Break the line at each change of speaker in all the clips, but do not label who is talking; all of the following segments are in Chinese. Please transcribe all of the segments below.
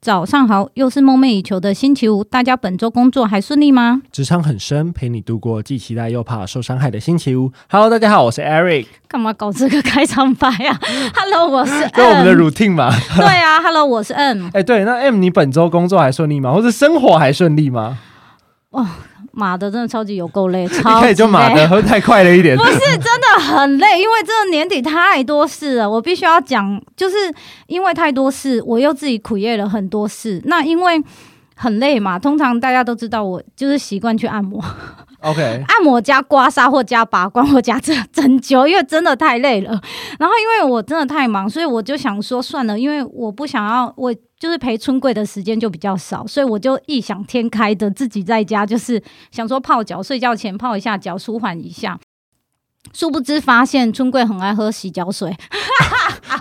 早上好，又是梦寐以求的星期五，大家本周工作还顺利吗？
职场很深，陪你度过既期待又怕受伤害的星期五。Hello，大家好，我是 Eric，
干嘛搞这个开场白 呀、Hello，我 是
这是我们的
M，
routine 嘛。
对啊，Hello，我是 M，
哎、对，那 M，你本周工作还顺利吗？或者生活还顺利吗？
马的真的超级有够累，
一
超级
开始
累，
就马的喝太快了一点
不，是真的很累， 因为这年底太多事了，我必须要讲，就是因为太多事，我又自己苦业了很多事。那因为很累嘛，通常大家都知道我，就是习惯去按摩，
OK，
按摩加刮痧或加拔罐或加针针灸，因为真的太累了。然后因为我真的太忙，所以我就想说算了，因为我不想要我。就是陪春贵的时间就比较少，所以我就异想天开的自己在家，就是想说泡脚，睡觉前泡一下脚，舒缓一下。殊不知发现春贵很爱喝洗脚水，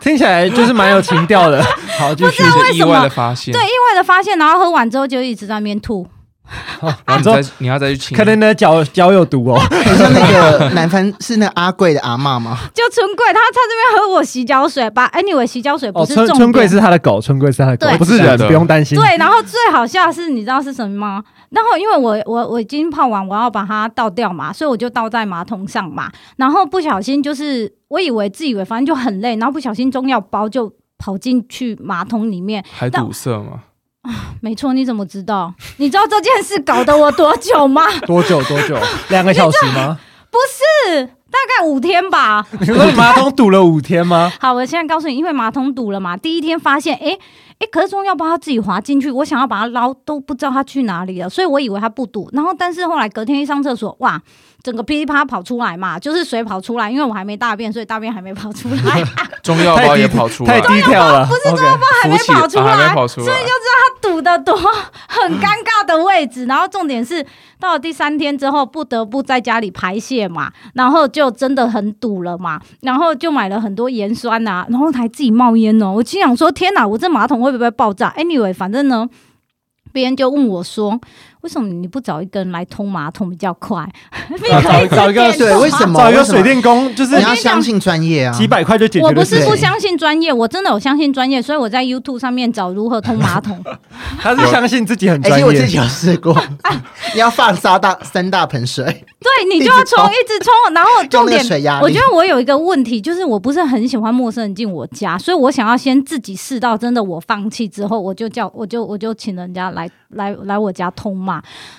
听起来就是蛮有情调 的。好，继续。
是意
什么
外的发现，
对，意外的发现，然后喝完之后就一直在那边吐。
然
啊
然
后
后
之后
你再你要再去清，
可能你的脚脚有毒哦。
很像那个南方是那个阿贵的阿嬷吗？
就春贵他他这边喝我洗脚水吧，anyway 洗脚水不
哦，
是重点。
春春贵是他的狗，春贵是他的
对
狗，不是人，
是的
不用担心。
对，然后最好笑的是，你知道是什么吗？然后因为我我我已经泡完，我要把它倒掉嘛，所以我就倒在马桶上嘛。然后不小心就是我以为自以为反正就很累，然后不小心中药包就跑进去马桶里面。
还堵塞嘛？
没错，你怎么知道？你知道这件事搞得我多久吗？
多久？多久？两个小时吗？
是大概五天吧。
你说你马桶堵了五天 吗？
好，我现在告诉你，因为马桶堵了嘛，第一天发现，诶诶，可是中药包它自己滑进去，我想要把它捞，都不知道它去哪里了，所以我以为它不堵。然后，但是后来隔天一上厕所，哇，整个噼里啪啦跑出来嘛，就是水跑出来，因为我还没大便，所以大便还没跑出来， 它
中药包也跑出来
太，低调了。
啊不是
OK
还没
浮起
跑出
啊还
来
没，跑出来，
堵得多，很尴尬的位置。然后重点是，到了第三天之后，不得不在家里排泄嘛，然后就真的很堵了嘛，然后就买了很多盐酸啊，然后还自己冒烟哦。我心想说，天哪，我这马桶会不会爆炸？Anyway，反正呢。别人就问我说：“为什么你不找一个人来通马桶比较快？
啊
哎
找一找一个
对
水，
为什么
找一个水电工，就是
你要相信专业啊！
几百块就解决
我
的
不
事
是
情。
不相信专业，我真的有相信专业，所以我在 YouTube 上面找如何通马桶。
他是相信自己很
而
专
且
业。
哎我自己有 试过，你要放三大三大盆水，
对你就要冲，一直冲，然后重
用那
点
个水压力。
我觉得我有一个问题，就是我不是很喜欢陌生人进我家，所以我想要先自己试到真的我放弃之后，我就叫我就我就请人家来来来我家通嘛。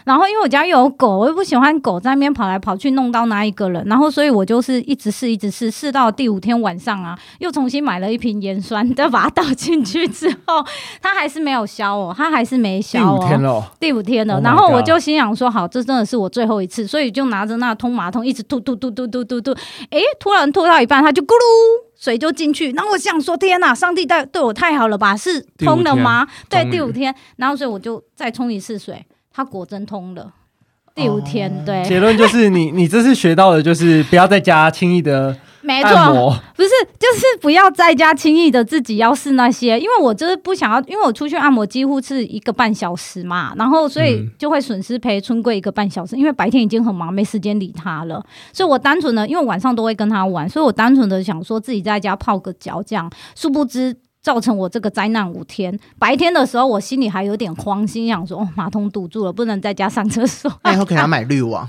然后因为我家又有狗，我又不喜欢狗在那边跑来跑去，弄到那一个人。然后所以我就是一直试一直试，试到第五天晚上啊，又重新买了一瓶盐酸，再把它倒进去之后，它还是没有消哦，它还是没
第
消哦。
五天了哦，
第五天了
Oh my
然后我就心想说，好，这真的是我最后一次，所以就拿着那通马桶一直吐吐吐吐吐吐吐，诶，突然吐到一半，它就咕噜水就进去，然后我想说，天哪，上帝对对我太好了吧？是
第五
通了吗？对，
终于
第五天，然后所以我就再冲一次水，它果真通了。第五天，对，
哎
结论就是你你这次学到的就是不要在家轻易的
没错，
按摩，
不是，就是不要在家轻易的自己要试那些，因为我就是不想要，因为我出去按摩几乎是一个半小时嘛，然后所以
嗯
就会损失陪春贵一个半小时，因为白天已经很忙，没时间理他了，所以我单纯的，因为晚上都会跟他玩，所以我单纯的想说自己在家泡个脚这样，殊不知。造成我这个灾难五天，白天的时候我心里还有点慌，心想说：“哦，马桶堵住了，不能在家上厕所。
那以后可能要买滤网，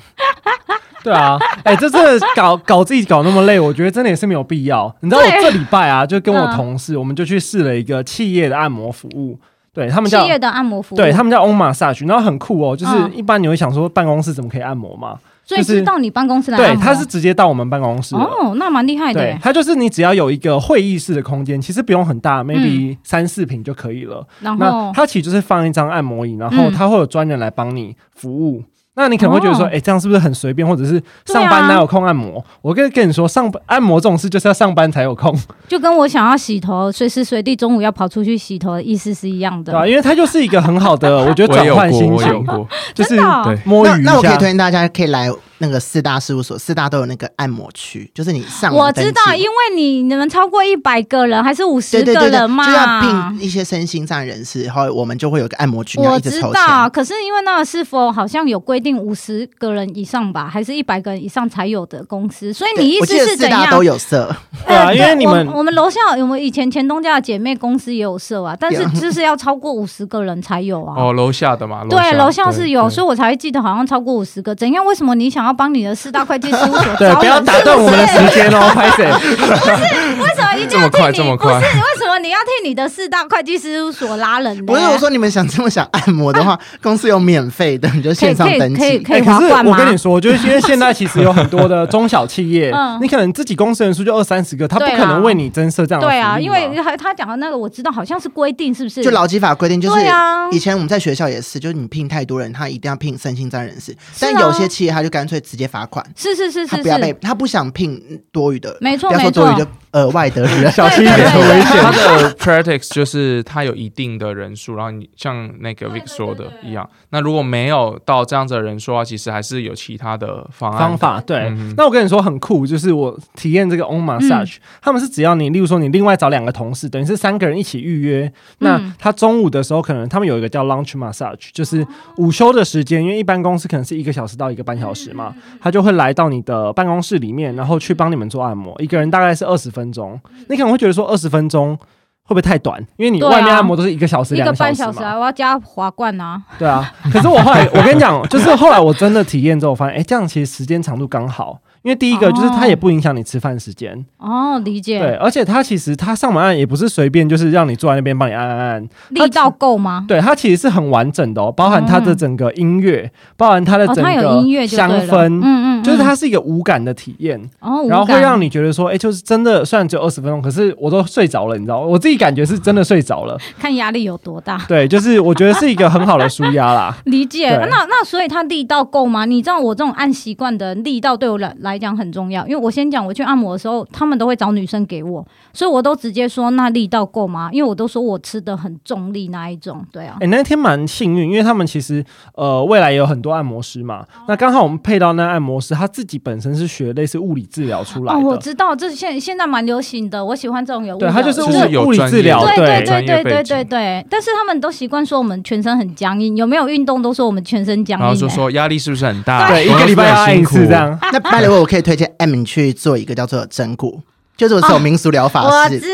对啊，哎、这次搞 搞自己搞那么累，我觉得真的也是没有必要。你知道我
对
这礼拜啊，就跟我
嗯
同事，我们就去试了一个企业的按摩服务，对他”们
企
叫
业的按摩服务，
对他们叫 On Massage，然后很酷哦，就是
嗯
一般你会想说办公室怎么可以按摩嘛？
所以
就是
是到你办公室来按
对，
摩。
他是直接到我们办公室的
哦，那蛮厉害的耶。
对，它就是你只要有一个会议室的空间，其实不用很
嗯
大，maybe 三四平就可以了。
然
那
后
它其实就是放一张按摩椅，然后它会有专人来帮你服务。那你可能会觉得说，
哦
哎、这样是不是很随便？或者是
对啊
上班哪有空按摩？我跟跟你说，上班按摩这种事就是要上班才有空，
就跟我想要洗头，随时随地中午要跑出去洗头的意思是一样的。
对
啊
吧、因为它就是 一个很好的，我觉得
我
转
有
换
过，
心
我有
情，
过，
就是
真的哦
对
摸
那
鱼一
那我可以
下
推。荐大家可以来那个四大事务所，四大都有那个按摩区，就是你上
我
网登
知
记
道，因为你你们超过一百个人还是五十
对对
个
对对，
人嘛，
就要聘一些身心障人士，然后我们就会有一个按摩区，你要
我
一直
知
抽
道，
签。
可是因为那个是否好像有规定五十个人以上吧，还是一百个人以上才有的公司？所以你
对
意
我
思
记得
是
四
怎
大
样？
都有色，
对啊
呃
因为你们
我我们楼下我们以前前东家的姐妹公司也有设啊，但是
有
就是要超过五十个人才有啊。
哦，楼下的嘛，
对，楼下是有，
对
所以我才会记得好像超过五十个。怎样？为什么你想要帮你的四大会计事务所
对，
招
不要
人？
打断我们的时间哦，拍谁？
为什么一定
这
要
么
替
快
你？
这么
不是
快
为什么你要替你的四大会计事务所拉人呢？
不是我说你们想这么想按摩 的话，公司有免费的，你就
可以
线上登
可以
记。
可
哎
以可以
哎可
划
是
算
我
吗？
跟你说，就是因为现在其实有很多的中小企业
嗯，
你可能自己公司人数就二三十个，他不
对啦啊
可能为你增设这样的
对
福
啊，
利
因
嘛
为他他讲的那个我知道，好像是规定，是不是？
哦就劳基法规定，就是
对啊
以前我们在学校也是，就是你聘太多人，他一定要聘身心障人士，
是啊
但有些企业他就干脆直接罚款，
是是是
他
是
啊不要被
是，
他不想聘多余的，
没错
不要
没
说
错
多余。就额外的 人，
小心一点，
对对对
危险。
它的 practice 就是它有一定的人数，然后你像那个
对
Vic 说的
对对
一样，那如果没有到这样子的人数的话，其实还是有其他的方案
方。
的
法对
嗯哼，
那我跟你说很酷，就是我体验这个 on
嗯
massage，他们是只要你，例如说你另外找两个同事，等于是三个人一起预约。
嗯
那他中午的时候，可能他们有一个叫 lunch massage，就是午休的时间，因为一般公司可能是一个小时到一个半小时嘛，
嗯
他就会来到你的办公室里面，然后去帮你们做按摩。一个人大概是二十分钟，
嗯
你可能会觉得说二十分钟。会不会太短？因为你
对啊
外面按摩都是一个小时、
一
两、
个
小
半小
时
时
嘛
啊，我要加滑罐啊，
对啊，可是我后来，我跟你讲，就是后来我真的体验之后，我发现，哎、这样其实时间长度刚好，因为第一个就是它也不影响你吃饭时间，
哦，理
对，
解，
而且它其实它上门按也不是随便，就是让你坐在那边帮你按按按，
力道够吗？
对，它其实是很完整的哦，包含它的整个音乐，包含它的
哦，
整
它有音乐
个
就对
香
了，
氛，
嗯嗯嗯，
就是它是一个无感的体验，
哦，
然后
无
会
感
让你觉得说，哎、就是真的，虽然只有二十分钟，可是我都睡着了，你知道吗，我自己感觉是真的睡着了，
看压力有多大。
对，就是我觉得是一个很好的舒压啦。
理解，啊
对
那那所以它力道够吗？你知道我这种按习惯的力道对我来来讲很重要，因为我先讲，我去按摩的时候，他们都会找女生给我，所以我都直接说那力道够吗？因为我都说我吃的很重力那一种，对啊
哎、，那天蛮幸运，因为他们其实呃，未来也有很多按摩师嘛。
哦
那刚好我们配到那按摩师，他自己本身是学类似物理治疗出来
哦，我
的，
知道，这现现在蛮流行的，我喜欢这种有物
对他就是
有
物
就是有
物理
专业
治疗，
对对对
专
对对
业背
对
景
对，但是他们都习惯说我们全身很僵硬，有没有运动都说我们全身僵硬、
然
欸。
后就说压力是不是很大？
对，一个礼拜要按一次这。样。
那 by the way，我可以推荐 M 你去做一个叫做整骨，就是我走民俗 疗
我
法
知
是，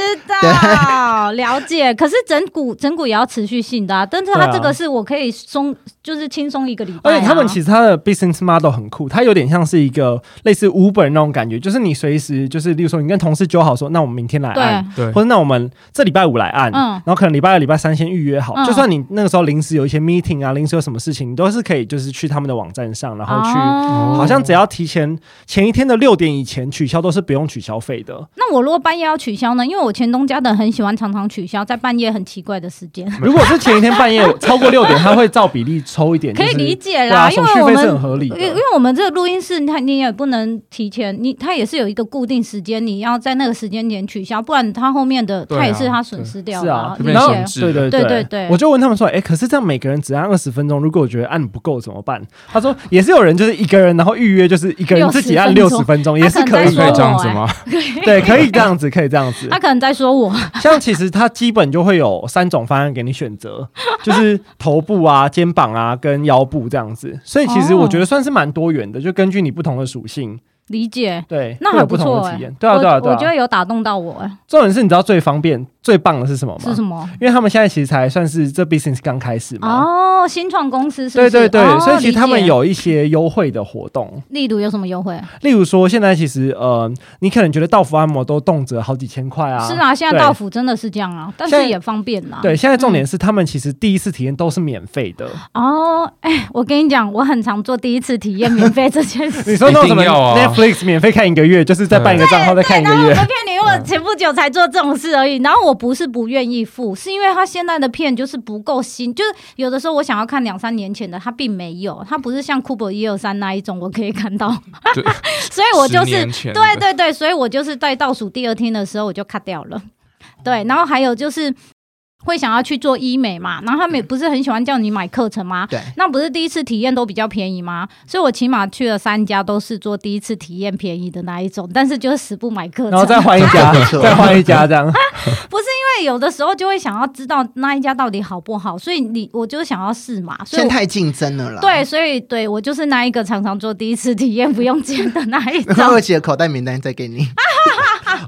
道，了解。可是整骨整骨也要持续性的啊，但是它
对啊
这个是我可以松，就是轻松一个礼拜、啊。
而且他们其
实
实他的 business model 很酷，它有点像是一个类似 Uber 那种感觉，就是你随时就是，例如说你跟同事揪好说，那我们明天来
对
按，
对
或，者那我们这礼拜五来按，
嗯
然后可能礼拜二、礼拜三先预约好。
嗯
就算你那个时候临时有一些 meeting 啊，临时有什么事情，你都是可以就是去他们的网站上，然后去
哦
好像只要提前前一天的六点以前取消都是不用取消费的。
那我如果半夜要取消呢？因为我前东家的很喜欢常常取消，在半夜很奇怪的时间，
如果是前一天半夜 超过六点，他会照比例抽一点，
可以
就是
理解
对啊，
啦，因
手
为
续
我
费是很
们。
合理
因为因
的。
为我们这个录音室，它你也不能提前，你它也是有一个固定时间，你要在那个时间点取消，不然它后面的、
对啊
它也是它损失掉
是
了、
啊
理
变
然后
解
闲。置
对对
对对
对
对
我就问他们说，哎，可是这样每个人只按二十分钟，如果我觉得按不够怎么办？他说也是有人就是一个人，然后预约就是一个人自己按六
60
十分钟，也是可
他可能
以
在
可以
说
这样子吗？
对，可以这样子，可以这样子。
他可能在说我，
像其实它基本就会有三种方案给你选择， 就是头部啊、肩膀啊跟腰部这样子。所以其实
哦
我觉得算是蛮多元的，就根据你不同的属性，
理解。
对，
那
会
还
有
不
不
错
同
哎、
的体验。对啊，对啊，对
我我觉得
啊。
有打动到我、哎，
重点是你知道最方便、最棒的是什么吗
是？什么？
因为他们现在其实才算是这 business 刚开始嘛。
哦，新创公司是不
对
是
对对，
哦
所以其实他们
理解
有一啊些优惠的活动，
例如有什么优惠？
例如说现在其实呃，你可能觉得到府按摩都动辄好几千块啊，
是啊，现在
对
到府啊真的是这样啊，但
现
是
在
也方便啦。
对，现在重点是他们其实第一次体验都是免费的，
哦，哎，我跟你讲，我很常做第一次体验免费这件 事。
你说那种什么
一定要啊
Netflix 免费看一个月，就是再办一个账号再看一个
然后我
月
们，骗你，我前不久才做这种事而已。然后我不是不愿意付，是因为他现在的片就是不够新，就是有的时候我想要看两三年前的，他并没有，他不是像 Kubo 一二三那一种我可以看到，
对，
所
哎
以我就
10
是
年前的
对对
哦
对，所以我就是在倒数第二天的时候我就卡掉了。对，然后还有就是。会想要去做医美嘛，然后他们也不是很喜欢叫你买课程吗？
对，
那不是第一次体验都比较便宜吗？所以我起码去了三家，都是做第一次体验便宜的那一种，但是就是死不买课程。
然后再换一 家
没，错
再换一家这样。
因为有的时候就会想要知道那一家到底好不好，所以你我就想要试嘛，所以
现
我
在太竞争了
啊
啦。
对，，所以对我就是那一个常常做第一次体验不用钱的那 一
然后
种
我。写口袋名单再给你。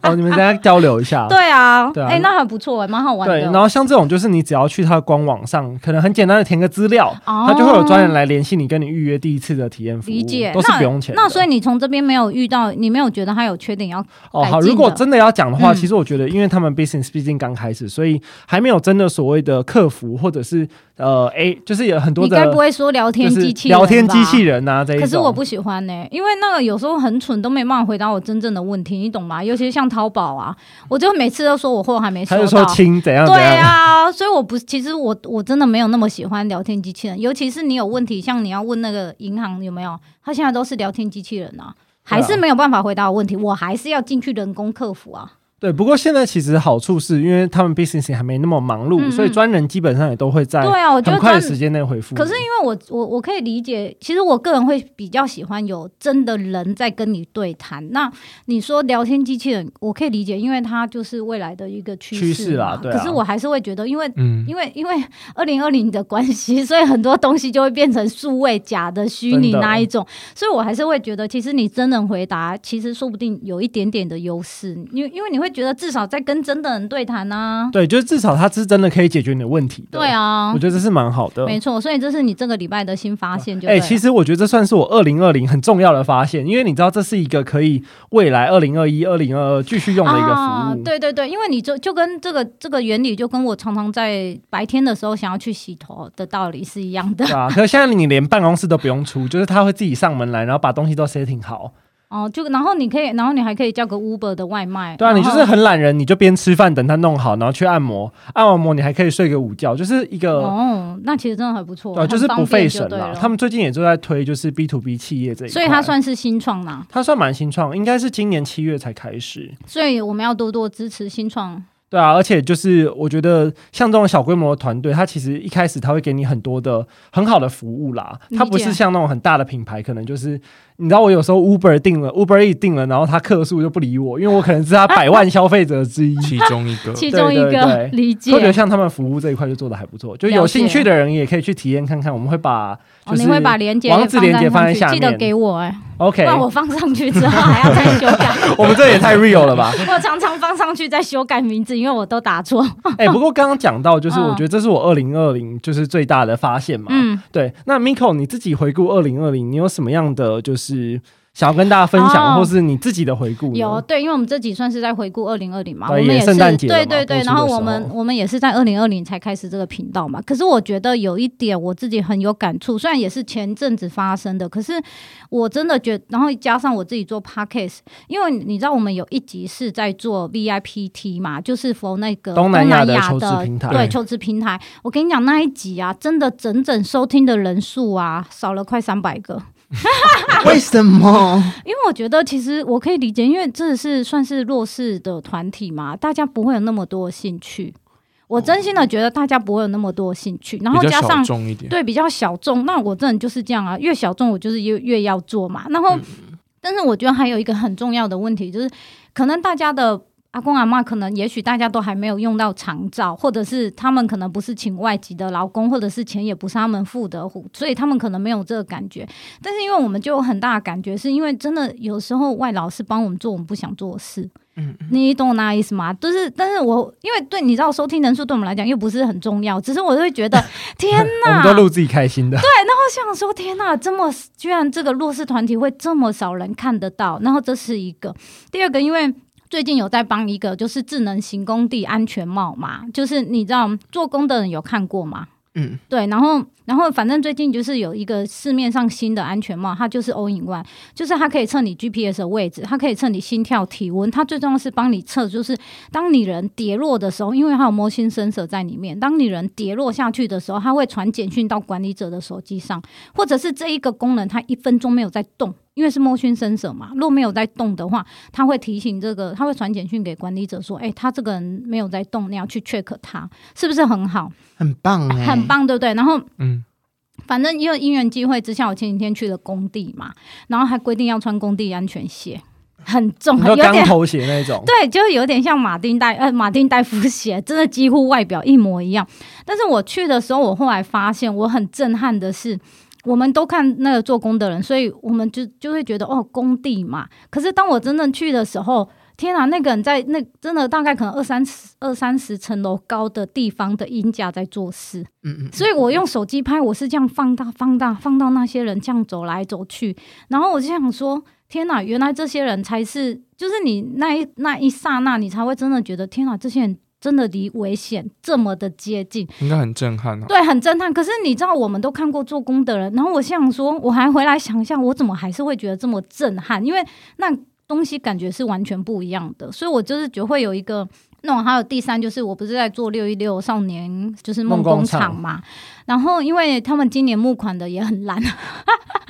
哦，你们大家交流一下。
对啊，
对啊
哎、那还不错、蛮好玩
对，
的。
然后像这种就是你只要去他的官网上，可能很简单的填个资料，
哦
他就会有专人来联系你，跟你预约第一次的体验服务，
理解，
都是不用钱的
那。那所以你从这边没有遇到，你没有觉得它有缺点要
哦，
改
好，
进
如果
的
真的要讲的话，
嗯
其实我觉得，因为他们 business 毕竟刚开始，所以还没有真的所谓的客服或者是呃 A，就是有很多
你该不
的。
会说聊天
就是
机器人吧
聊天机器人呐、啊，这一种
可是我不喜欢呢、因为那个有时候很蠢，都没办法回答我真正的问题，你懂吗？尤其是像淘宝啊，我就每次都说我货还没收
他就说
到。
亲怎样怎
对
样，
啊，所以我不，其实我我真的没有那么喜欢聊天机器人，尤其是你有问题，像你要问那个银行有没有，他现在都是聊天机器人啊，还是没有办法回答我问题，我还是要进去人工客服啊。
对不过现在其实好处是因为他们 business 还没那么忙碌，
嗯嗯
所以专人基本上也都会在
对啊，我觉
哎很
得
快的
专
时间内回复你。
可是因为我我我可以理解，其实我个人会比较喜欢有真的人在跟你对谈。那你说聊天机器人，我可以理解，因为它就是未来的一个趋
趋势啦
嘛
对啊
可是我还是会觉得，因为。
嗯，
因为因为二零二零的关系，所以很多东西就会变成数位假的、虚拟
真的
那一种，所以我还是会觉得，其实你真人回答，其实说不定有一点点的优势，因为因为你会觉得至少在跟真的人对谈啊。
对，就是至少他是真的可以解决你的问题的。
对，啊
我，觉得这是蛮好的。
没错，所以这是你这个礼拜的新发现就
哎、
对了，
其实我觉得这算是我二零二零很重要的发现，因为你知道这是一个可以未来二零二一、二零二二继续用的一个服务。
啊。对对对，因为你就就跟这个这个原理，就跟我常常在白天的时候想要去洗头的道理是一样的。
对啊，可是现在你连办公室都不用出，就是他会自己上门来，然后把东西都 setting 好。
哦，就然后你可以，然后你还可以叫个 Uber 的外卖。
对啊，你
然
就
后
是很懒人，你就边吃饭等他弄好，然后去按摩，按完摩你还可以睡个午觉，就是一个、
哦，那其实真的还不错，
呃对啊，
很
就是不
哦方
费
便
神
对
啦
了。。
他们最近也就在推就是 B to B 企业这一块，
所以它算是新创啦，
它算蛮新创，应该是今年七月才开始。
所以我们要多多支持新创。
对啊，而且就是我觉得像这种小规模的团队，它其实一开始它会给你很多的很好的服务啦，
理解
它不是像那种很大的品牌，可能就是你知道我有时候 Uber 定了，Uber E 定了，然后他客诉就不理我，因为我可能是他百万消费者之一。
其中一个，
其中一个
对对对
理解
所以我觉得像他们服务这一块就做的还不错，就有兴趣的人也可以去体验看看。我们会把
哦，
就是
你会把连接
网址连接放在
上去
下
记得
面
给我哎，
OK，
不然我放上去之后还要再修改。
我们这也太 real 了吧？
我常常放上去再修改名字，因为我都打错。
哎、不过刚刚讲到，就是
嗯
我觉得这是我二零二零就是最大的发现嘛。
嗯，
对，那 Miko 你自己回顾二零二零，你有什么样的就是想要跟大家分
哦
享，或是你自己的回顾呢？
有对，因为我们这集算是在回顾二零二零嘛，我
对
们
也
是
圣诞节了
对
嘛
对
播
对，
出
然后
的时
我们
候
我们也是在二零二零才开始这个频道嘛。可是我觉得有一点我自己很有感触，虽然也是前阵子发生的，可是我真的觉然后加上我自己做 podcast，因为你知道我们有一集是在做 VIPT 嘛，就是否那个
东南
南
亚的
亚
求职
的
平台
对求职平台。我跟你讲那一集啊，真的整整收听的人数啊少了快三百个。
为什么？
因为我觉得其实我可以理解，因为这是算是弱势的团体嘛，大家不会有那么多兴趣。我真心的觉得大家不会有那么多兴趣，然后
比
加
较小
上
众一点，
对比较小众，那我这人就是这样啊，越小众我就是越越要做嘛。然后，
嗯
但是我觉得还有一个很重要的问题就是，可能大家的。阿公阿妈可能，也许大家都还没有用到长照，或者是他们可能不是请外籍的劳工，或者是钱也不是他们付的，所以他们可能没有这个感觉。但是因为我们就有很大的感觉，是因为真的有时候外劳是帮我们做我们不想做的事，
嗯
你懂我那意思吗？就是，但是我因为对你知道收听人数对我们来讲又不是很重要，只是我就会觉 得天
我
哪，
们都录自己开心 的。
我想说，天哪，这么居然这个弱势团体会这么少人看得到，然后这是一个，第二个，因为。最近有在帮一个就是智能行工地安全帽嘛，就是你知道做工的人有看过吗？
嗯，
对，然后然后反正最近就是有一个市面上新的安全帽，它就是 all in one，就是它可以测你 GPS 的位置，它可以测你心跳、体温，它最重要是帮你测，就是当你人跌落的时候，因为它有模型 sensor 在里面，当你人跌落下去的时候，它会传简讯到管理者的手机上，或者是这一个功能它一分钟没有在动，因为是摸菌生舍嘛，若没有在动的话，他会提醒这个，他会传简讯给管理者说，哎、他这个人没有在动，你要去 check 他是不是很好，
很棒哎、
很。棒，对不对？然后
嗯，
反正因为因缘机会之下，我前几天去了工地嘛，然后还规定要穿工地安全鞋， 很重，啊
你
很有
说钢
点
头鞋那种，
对，就有点像马丁戴 呃马丁戴夫鞋，真的几乎外表一模一样。但是我去的时候，我后来发现我很震撼的是。我们都看那个做工的人，所以我们就就会觉得哦，工地嘛。可是当我真正去的时候，天啊，那个人在那真的大概可能二三十、二三十层楼高的地方的鹰架在做事，
嗯嗯，
所以我用手机拍，我是这样放大、放大、放到那些人这样走来走去，然后我就想说，天哪，原来这些人才是，就是你那一那一刹那，你才会真的觉得，天哪，这些人真的离危险这么的接近，
应该很震撼哦。
对，很震撼。可是你知道，我们都看过做工的人，然后我想说，我还回来想一下，我怎么还是会觉得这么震撼？因为那东西感觉是完全不一样的，所以我就是就会有一个。那种还有第三就是，我不是在做六一六少年就是梦
梦工
工
厂
厂嘛，然后因为他们今年募款的也很烂，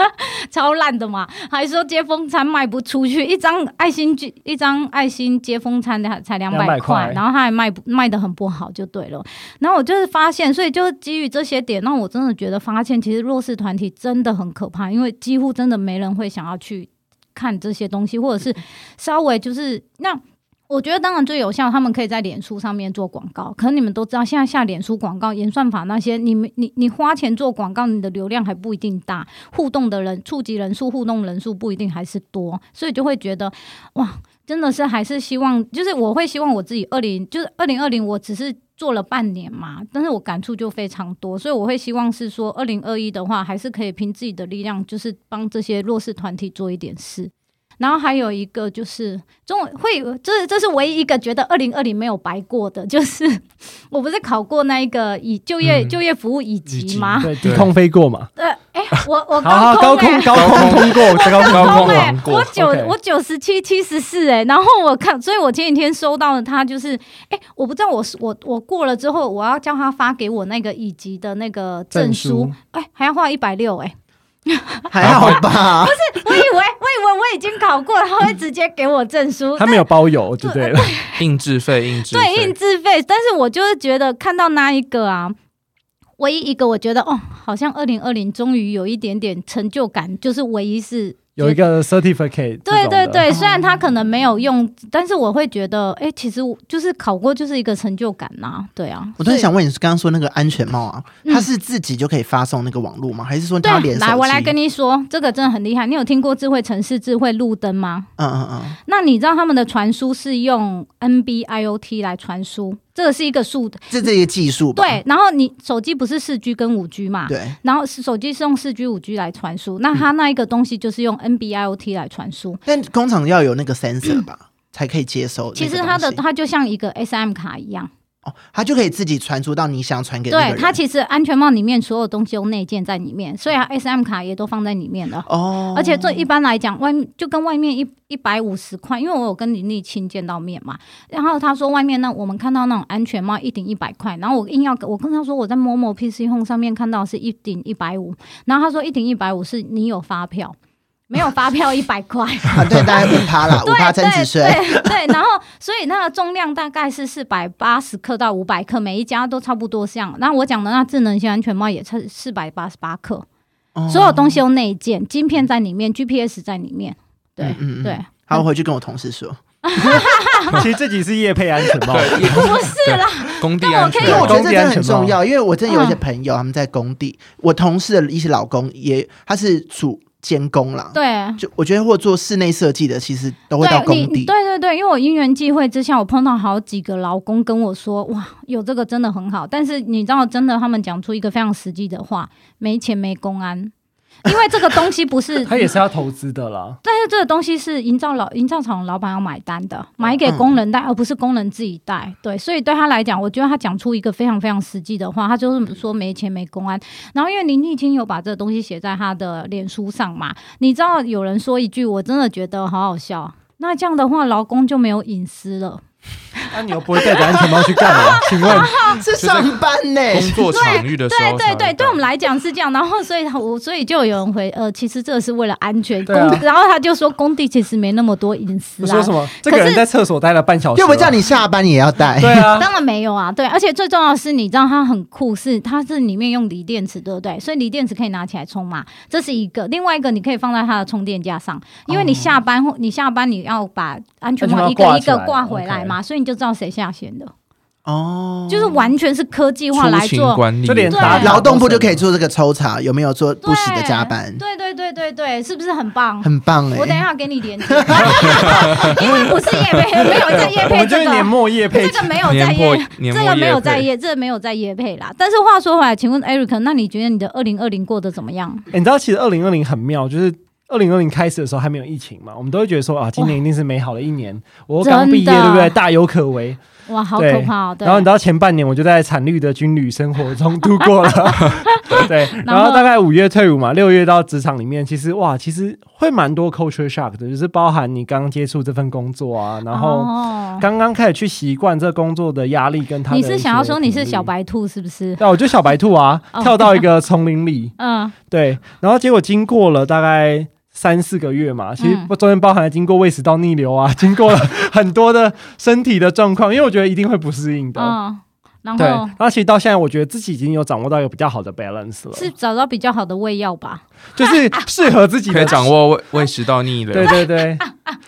超烂的嘛，还说接风餐卖不出去，一张爱心聚一张爱心接风餐才才两百
200块
块，然后他还卖不卖的很不好就对了。然后我就是发现，所以就是基于这些点，让我真的觉得发现，其实弱势团体真的很可怕，因为几乎真的没人会想要去看这些东西，或者是稍微就是那。我觉得当然最有效，他们可以在脸书上面做广告。可是你们都知道，现在下脸书广告、演算法那些，你们你你花钱做广告，你的流量还不一定大，互动的人、触及人数、互动人数不一定还是多，所以就会觉得哇，真的是还是希望，就是我会希望我自己二零就是二零二零，我只是做了半年嘛，但是我感触就非常多，所以我会希望是说二零二一的话，还是可以凭自己的力量，就是帮这些弱势团体做一点事。然后还有一个就是中会，这这是唯一一个觉得二零二零没有白过的，就是 我不是考过那一个以就业、
嗯
就业服务以及
级
吗？
对，低空飞过嘛，
呃，哎、我我
好好
啊高
高
空、欸
空高空通过，高空
高空
对
王
我
过，
九
OK
我九十七七十四哎，然后我看，所以我前几天收到的他就是，哎、我不知道我是我我过了之后，我要叫他发给我那个乙级的那个证书，哎、还要花一百六哎，
还好吧？
我以为我以为我已经考过了，他会直接给我证书，
他没有包邮就对了。
印制费，印制
对，印
费，
自费。但是我就是觉得看到那一个啊，唯一一个我觉得哦，好像二零二零终于有一点点成就感，就是唯一是
有一个 certificate，
对对
这种的，
哦
对，虽然他可能没有用，但是我会觉得，哎、其实我就是考过就是一个成就感呐、对啊。
我突然
所以
想问你，刚刚说那个安全帽啊，
嗯
它是自己就可以发送那个网络吗？还是说它要
对
连
啊，
手
来，我来跟
你，
你说，这个真的很厉害。你有听过智慧城市、智慧路灯吗？
嗯嗯嗯，
那你知道他们的传输是用 NB-IoT 来传输，这个是一个数的
这这个技术吧？
对。然后你手机不是四 G 跟五 G 嘛？
对，嗯
然后是手机是用四 G、五 G 来传输，那它那一个东西就是用 NB-IoT 来传输。
但工厂要有那个 sensor 吧，才可以接收那
其
个东西。
实它的它就像一个 SM 卡一样。
哦，它就可以自己传输到你想传给那个
对，
人
它其实安全帽里面所有东西都内建在里面，所以它 S M 卡也都放在里面了。
嗯哦，
而且这一般来讲，外面就跟外面一一百五十块，因为我有跟林立清见到面嘛，然后他说外面那我们看到那种安全帽一顶一百块，然后我硬要我跟他说我在某某 PC Home 上面看到是一顶一百五，然后他说一顶一百五是你有发票，没有发票一百块，
啊，对，大概五趴啦，五
对
趴增值税，
对对，然后所以那个重量大概是四百八十克到五百克，每一家都差不多像。那我讲的那智能型安全帽也是四百八十八克，
哦
所有东西都内建，晶片在里面，GPS 在里面。对
嗯嗯嗯
对，
好，我回去跟我同事说，
其实这集是夜配安全帽，
对，
不是啦，
工地
但我
安全
可以
因为
有
我
工地
觉得这真的
安
很
全
重
帽
要，因为我真
嗯
的有一些朋友他们在工地，我同事的一些老公也他是主监工啦，
对。
就我觉得或做室内设计的，其实都会到
对
工
你，
地。
对对对，因为我因缘际会之下，我碰到好几个劳工跟我说，哇，有这个真的很好。但是你知道，真的他们讲出一个非常实际的话，没钱没公安，因为这个东西不是
他也是要投资的啦。
但是这个东西是营造老营造厂老板要买单
哦
的，买给工人带，而不是工人自己
嗯
带。对，所以对他来讲，我觉得他讲出一个非常非常实际的话，他就是说没钱没公安。然后因为林立清有把这个东西写在他的脸书上嘛，你知道有人说一句，我真的觉得好好笑。那这样的话，劳工就没有隐私了。
那你又不会戴着安全帽去干嘛？请问，
是上班呢、
工作场域的时
对
候才
对
会
对，
到
对我们来讲是这样，然后所以我所以就有人回，呃，其实这是为了安全工
对啊，
然后他就说工地其实没那么多隐私
我
啊
说什，么？这个人在厕所待了半小时，
要不叫？你下班也要带。
对啊，
当然没有啊，对，而且最重要的是，你知道它很酷，是它是里面用锂电池，对不对？所以锂电池可以拿起来充嘛，这是一个。另外一个，你可以放在它的充电架上，因为你下班或、你下班你要把安全帽
安
一
全帽
个
挂
一
起来
个挂回来嘛，所以你就知道谁下线的，
哦，
就是完全是科技化来
出勤
做。
管理，
就连
对
打
劳动部就可以做这个抽查，有没有做不时的加班？
对对对对对，是不是很棒？
很棒哎、
我等一下给你连接， 因为不是叶配，没有在 叶
我
配
们就
这
是
个
年。末夜配哎
这，个没有在
年末
业，
年
这
末
个没有
业
在
配
业，这个没有在业配啦。但是话说回来，请问 Eric，那你觉得你的二零二零过得怎么样？
欸你知道其实二零二零很妙，就是。二零二零开始的时候还没有疫情嘛，我们都会觉得说啊，今年一定是美好的一年，我刚毕业
真的
对不对？大有可为。
哇，好
对
可怕哦！对
然后你知道前半年我就在惨绿的军旅生活中度 过了，对。
然
然
后
后大概五月退伍嘛，六月到职场里面，其实哇，其实会蛮多 culture shock 的，就是包含你刚接触这份工作啊，然后
哦
刚刚开始去习惯这工作的压力跟他。
你是想要说你是小？白兔是不是？
对，我就小白兔啊，
哦
跳到一个丛林里，
嗯，
对，然后结果经过了大概三四个月嘛，其实
嗯
中间包含了经过胃食道逆流 啊，经过了很多的身体的状况，因为我觉得一定会不适应的。
嗯，然
对，
后
然后其实到现在，我觉得自己已经有掌握到一个比较好的 balance 了，
是找到比较好的胃药吧？
就是适合自己
可以
的
掌握胃胃食道逆
对对
流。
对，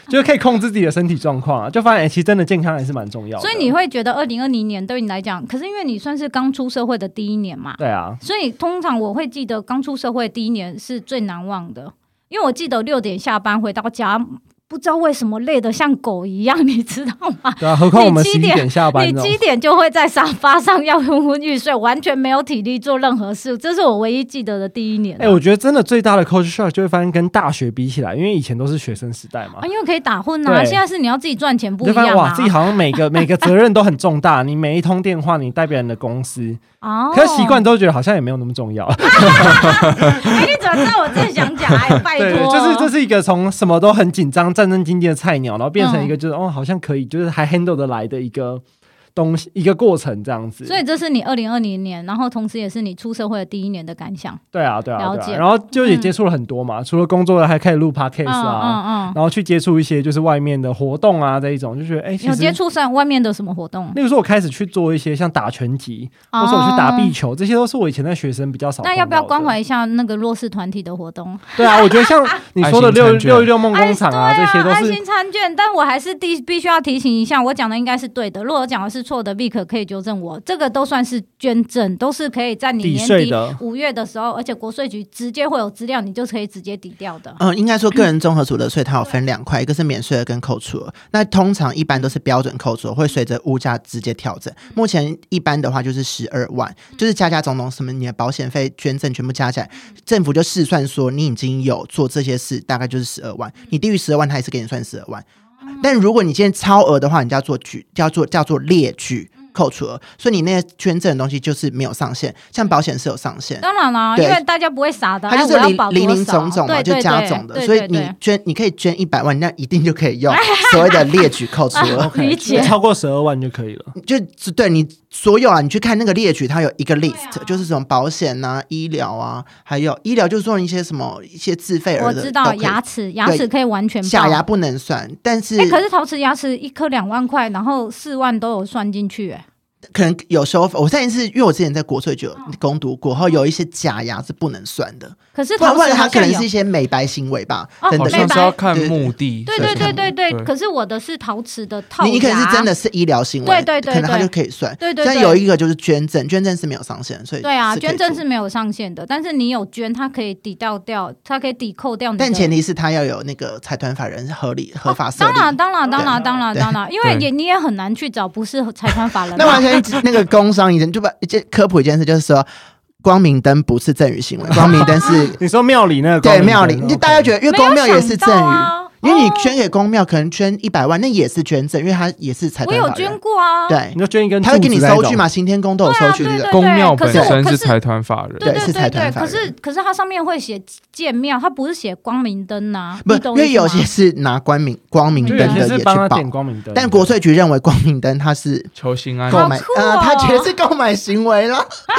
就是可以控制自己的身体状况啊，就发现、哎其实真的健康还是蛮重要的。
所以你会觉得二零二零年对你来讲，可是因为你算是刚出社会的第一年嘛，
对啊，
所以通常我会记得刚出社会第一年是最难忘的，因为我记得六点下班回到家，不知道为什么累得像狗一样，你知道吗？
对啊，何况我们
你
十
七
一
点
点下班
你
这种
七点就会在沙发上要昏昏欲睡，完全没有体力做任何事，这是我唯一记得的第一年啊
哎、。我觉得真的最大的 culture shock 就会发现跟大学比起来，因为以前都是学生时代嘛
啊，，因为可以打混啊，
对
现在是你要自己赚钱
你
不
就
一
发现
样
哇，
啊
自。己好像每 个每个责任都很重大，你每一通电话你代表你的公司，
哦，
可是习惯都觉得好像也没有那么重要。
哎，你怎么知道我正想讲？ 哎，拜
对，
托，
就是这是一个从什么都很紧张、战战兢兢的菜鸟，然后变成
嗯
一个就是、哦，好像可以，就是还 handle 得来的一个东西，一个过程这样子。
所以这是你二零二零年，然后同时也是你出社会的第一年的感想。
对啊，对啊，
了
对
解
啊。然后就也接触了很多嘛，除了工作的，还开始录 podcast
嗯
啊。
嗯嗯，
然后去接触一些就是外面的活动啊，这一种就觉得哎，其
有接
实
触上外面的什么活动？
例如说，我开始去做一些像打拳击，或者我去打壁球，这些都是我以前在学生比较少碰
哦
到
啊那
的。
要不要关怀一下那个弱势团体的活动？
对啊，我觉得像你说的
爱心
六
餐券
六一六梦工厂啊，这些都
哎安
是
心参券，但我还是必必须要提醒一下，我讲的应该是对的。如果我讲的是错的，立刻可以纠正我。这个都算是捐赠，都是可以在你
抵
年
税
底
的。
五月的时候，而且国税局直接会有资料，你就可以直接抵掉的。
嗯，应该说个人综合所得税它有分两块，一个是免税额跟扣除额。那通常一般都是标准扣除额，会随着物价直接调整。目前一般的话就是十二万，就是加加总总什么你的保险费、捐赠全部加起来，政府就试算说你已经有做这些事，大概就是十二万。你低于十二万，它还是给你算十二万。但如果你今天超额的话，你就要做举，就要做叫做列举扣除额，所以你那些捐赠的东西就是没有上限，像保险是有上限。
当然啦，因
对
为大家不会傻的，
它就
哎
是
我要
零
保多
零零
少
总总嘛，
对
就
对
加
对
总的，
对
所以
对
你
对
捐，你可以捐一百万，那一定就可以 用所谓的列举扣除额，
理
就
解。
超过十二万就可以了。
就是对你所有啊，你去看那个列举，它有一个 list，、
啊
就是这种保险啊、医疗啊，还有医疗就是说一些什么一些自费
我
儿的，
知道牙齿，牙齿可以完全报
假牙不能算，但是
哎、可是陶瓷牙齿一颗两万块，然后四万都有算进去、哎，
可能有收费。我上一次因为我之前在国税局有
嗯
攻读过，然后有一些假牙是不能算的，
可是
不然
陶
不
瓷
然它
好
可
像
能
有
是一。些美白行为吧，
哦
等
好
等
美
像
白
是要看目的，
对对对对对，
对
可是我的是陶瓷的套
你你可能
牙
是真的是医疗行为，
对对对
可能他
对
就可以算。
对对
但
对
有一个就是捐赠，捐赠是没有上限，所以
对啊，
可以
捐赠
做
是。没有上限的，但是你有捐，它可以抵掉掉，它可以抵扣掉你的。啊
但前提是他要有那个财团法人合理合法设
哦当
立，
然，当然，当然，当然，
对
当然，因为
对
也你也很难去找不是财团法人
那
嘛。
完全那个工商一件就把一件科普一件事，就是说光明灯不是赠与行为，光明灯是
你说庙里那个
对庙里，就大家
得
觉得因为
没有
公庙也
想
是
到
赠与，
啊，
因为你捐给公庙，可能捐一百万，那也是捐赠，因为他也是财
我
团
有
法人
捐过啊，
对
你，就捐一根，
他会给你收据？嘛，行天宫都有收据
对啊对
那个。
对
公庙本
可是我
身
可
是
是
财团法人，
对
对是
对
财
对，
团法
可
人
是可是它上面会写建庙，它不是写光明灯呐、
不
你，懂
因
我意
为
思
有
吗
些是拿光明光明
就有
灯
啊
的
些
也
是
去
帮他
报
点，光明灯，
但国税局认为光明灯它是
求心安，
购买
好酷，
呃，
哦
他觉得是购买行为啦。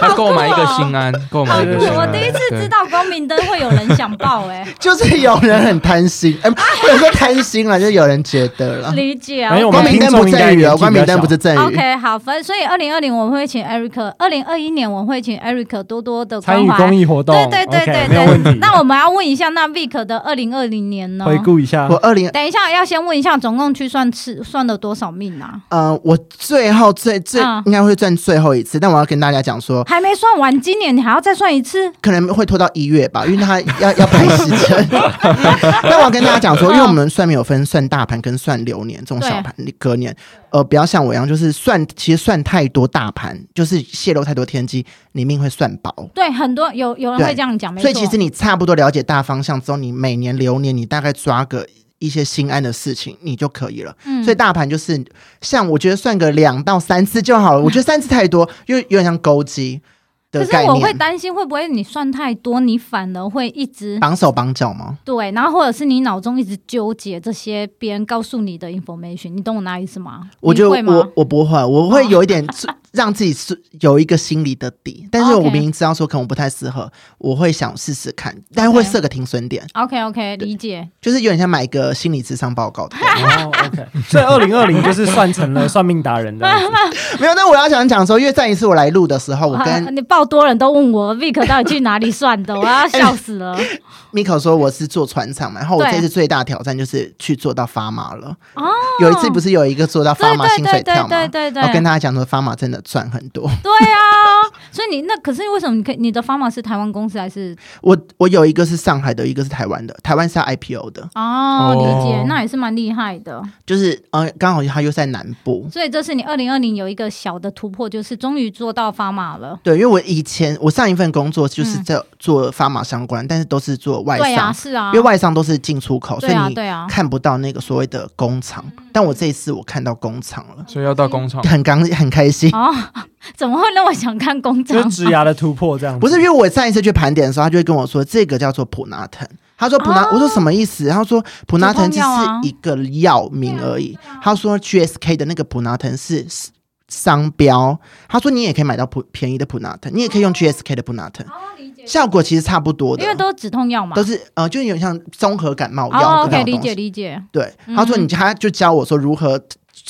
他购买一个心安，购买
好
一
酷
个心安。
哦我第一次
对
知道光明灯会有人想报 哎、
就是有人很贪心，哎、不能说贪心了，就是有人觉得 了。
理解啊
没。有我
光
们
明灯不
听众应该
赠予
年
哦，
纪
光明灯
比较
不是赠予。
OK，好，反正所以二零二零我们会请 Eric，二零二一年我们会请 Eric 多多的
参
关
与公
怀。
益活动，
对对对
OK，
对
没有问
对
题。
那我们要问一下，那 Vic 的二零二零年呢？
回顾一下
我，二零
等一下要先问一下，总共去算吃算了多少命啊？
呃，我最后最最、
嗯
应该会算最后一次，但我要跟大家讲说，
还没算完，今年你还要再算一次？
可能会拖到一月 吧，因为他要要排时辰。那我要跟大家讲
嗯
说，因为我们算命有分算大盘跟算流年这种小盘隔年，呃，不要像我一样，就是算其实算太多大盘，就是泄露太多天机，你命会算薄。
对，很多有有人
对
会这样讲，没错。
所以其实你差不多了解大方向之后，你每年流年你大概抓个一些心安的事情，你就可以了。
嗯
所以大盘就是像我觉得算个两到三次就好了，我觉得三次太多，因为有点像勾机的
可
概
是我会
念，
担心，会不会你算太多，你反而会一
啊
直
绑手绑脚吗？
对，然后或者是你脑中一直纠结这些别人告诉你的 information，你懂我那意思吗？
我觉得
你会吗哦
我？我不会，我会有一点自 让自己是有一个心理的底，但是
哦 OK
我明明知道说可能我不太适合，我会想试试看，但是会
OK
设个停 损点，
OK OK，理解。
就是有点像买一个心理智商报告的概念。
哦，OK，所以二零二零就是算成了算命达人的样 子，
没有，但我要想讲说，因为上一次我来录的时候，我
啊
跟
你报多人都问我 Vic 到底去哪里算 的，我要笑死
哎
了。
Miko 说我是做船厂嘛，然后我
对
这次最大挑战就是去做到发麻了。
哦
有一次不是有一个做到发
对
麻薪水
对对
跳
对对？
吗
对
我跟
对，
大家讲说，发麻真的赚很多。
对啊。所以你那可是为什么你可以你的方法是台湾公司还是
我我有一个是上海的，一个是台湾的，台湾是要 IPO 的，
哦理解
哦，
那也是蛮厉害的。
就是呃，刚好它又在南部。
所以这是你二零二零有一个小的突破，就是终于做到发码了。
对，因为我以前我上一份工作就是
嗯
在做发麻相关，但是都是做外
对啊，
商，
是啊，
因为外商都是进出口，所
对
以
啊
你
对啊，嗯
看不到那个所谓的工厂。但我这一次我看到工厂了，
所以要到工厂。
很刚很开心。
哦， 怎么会让我想看工
就是
厂？
职涯的突破这样子。
不是，因为我上一次去盘点的时候，他就会跟我说这个叫做普拿疼。他说普拿，
哦
我说什么意思？他说普拿疼只是一个药名
啊
而已。他说 GSK 的那个普拿疼是商标。他说你也可以买到普便宜的普拿疼，你也可以用 GSK 的普拿疼，效果其实差不多
哦
的
因。为都是止痛药嘛。
都是呃，就是有点像综合感冒
哦
药那
，OK，
种
理
东
解
西。
理解。嗯
对，他说你他就教我说如何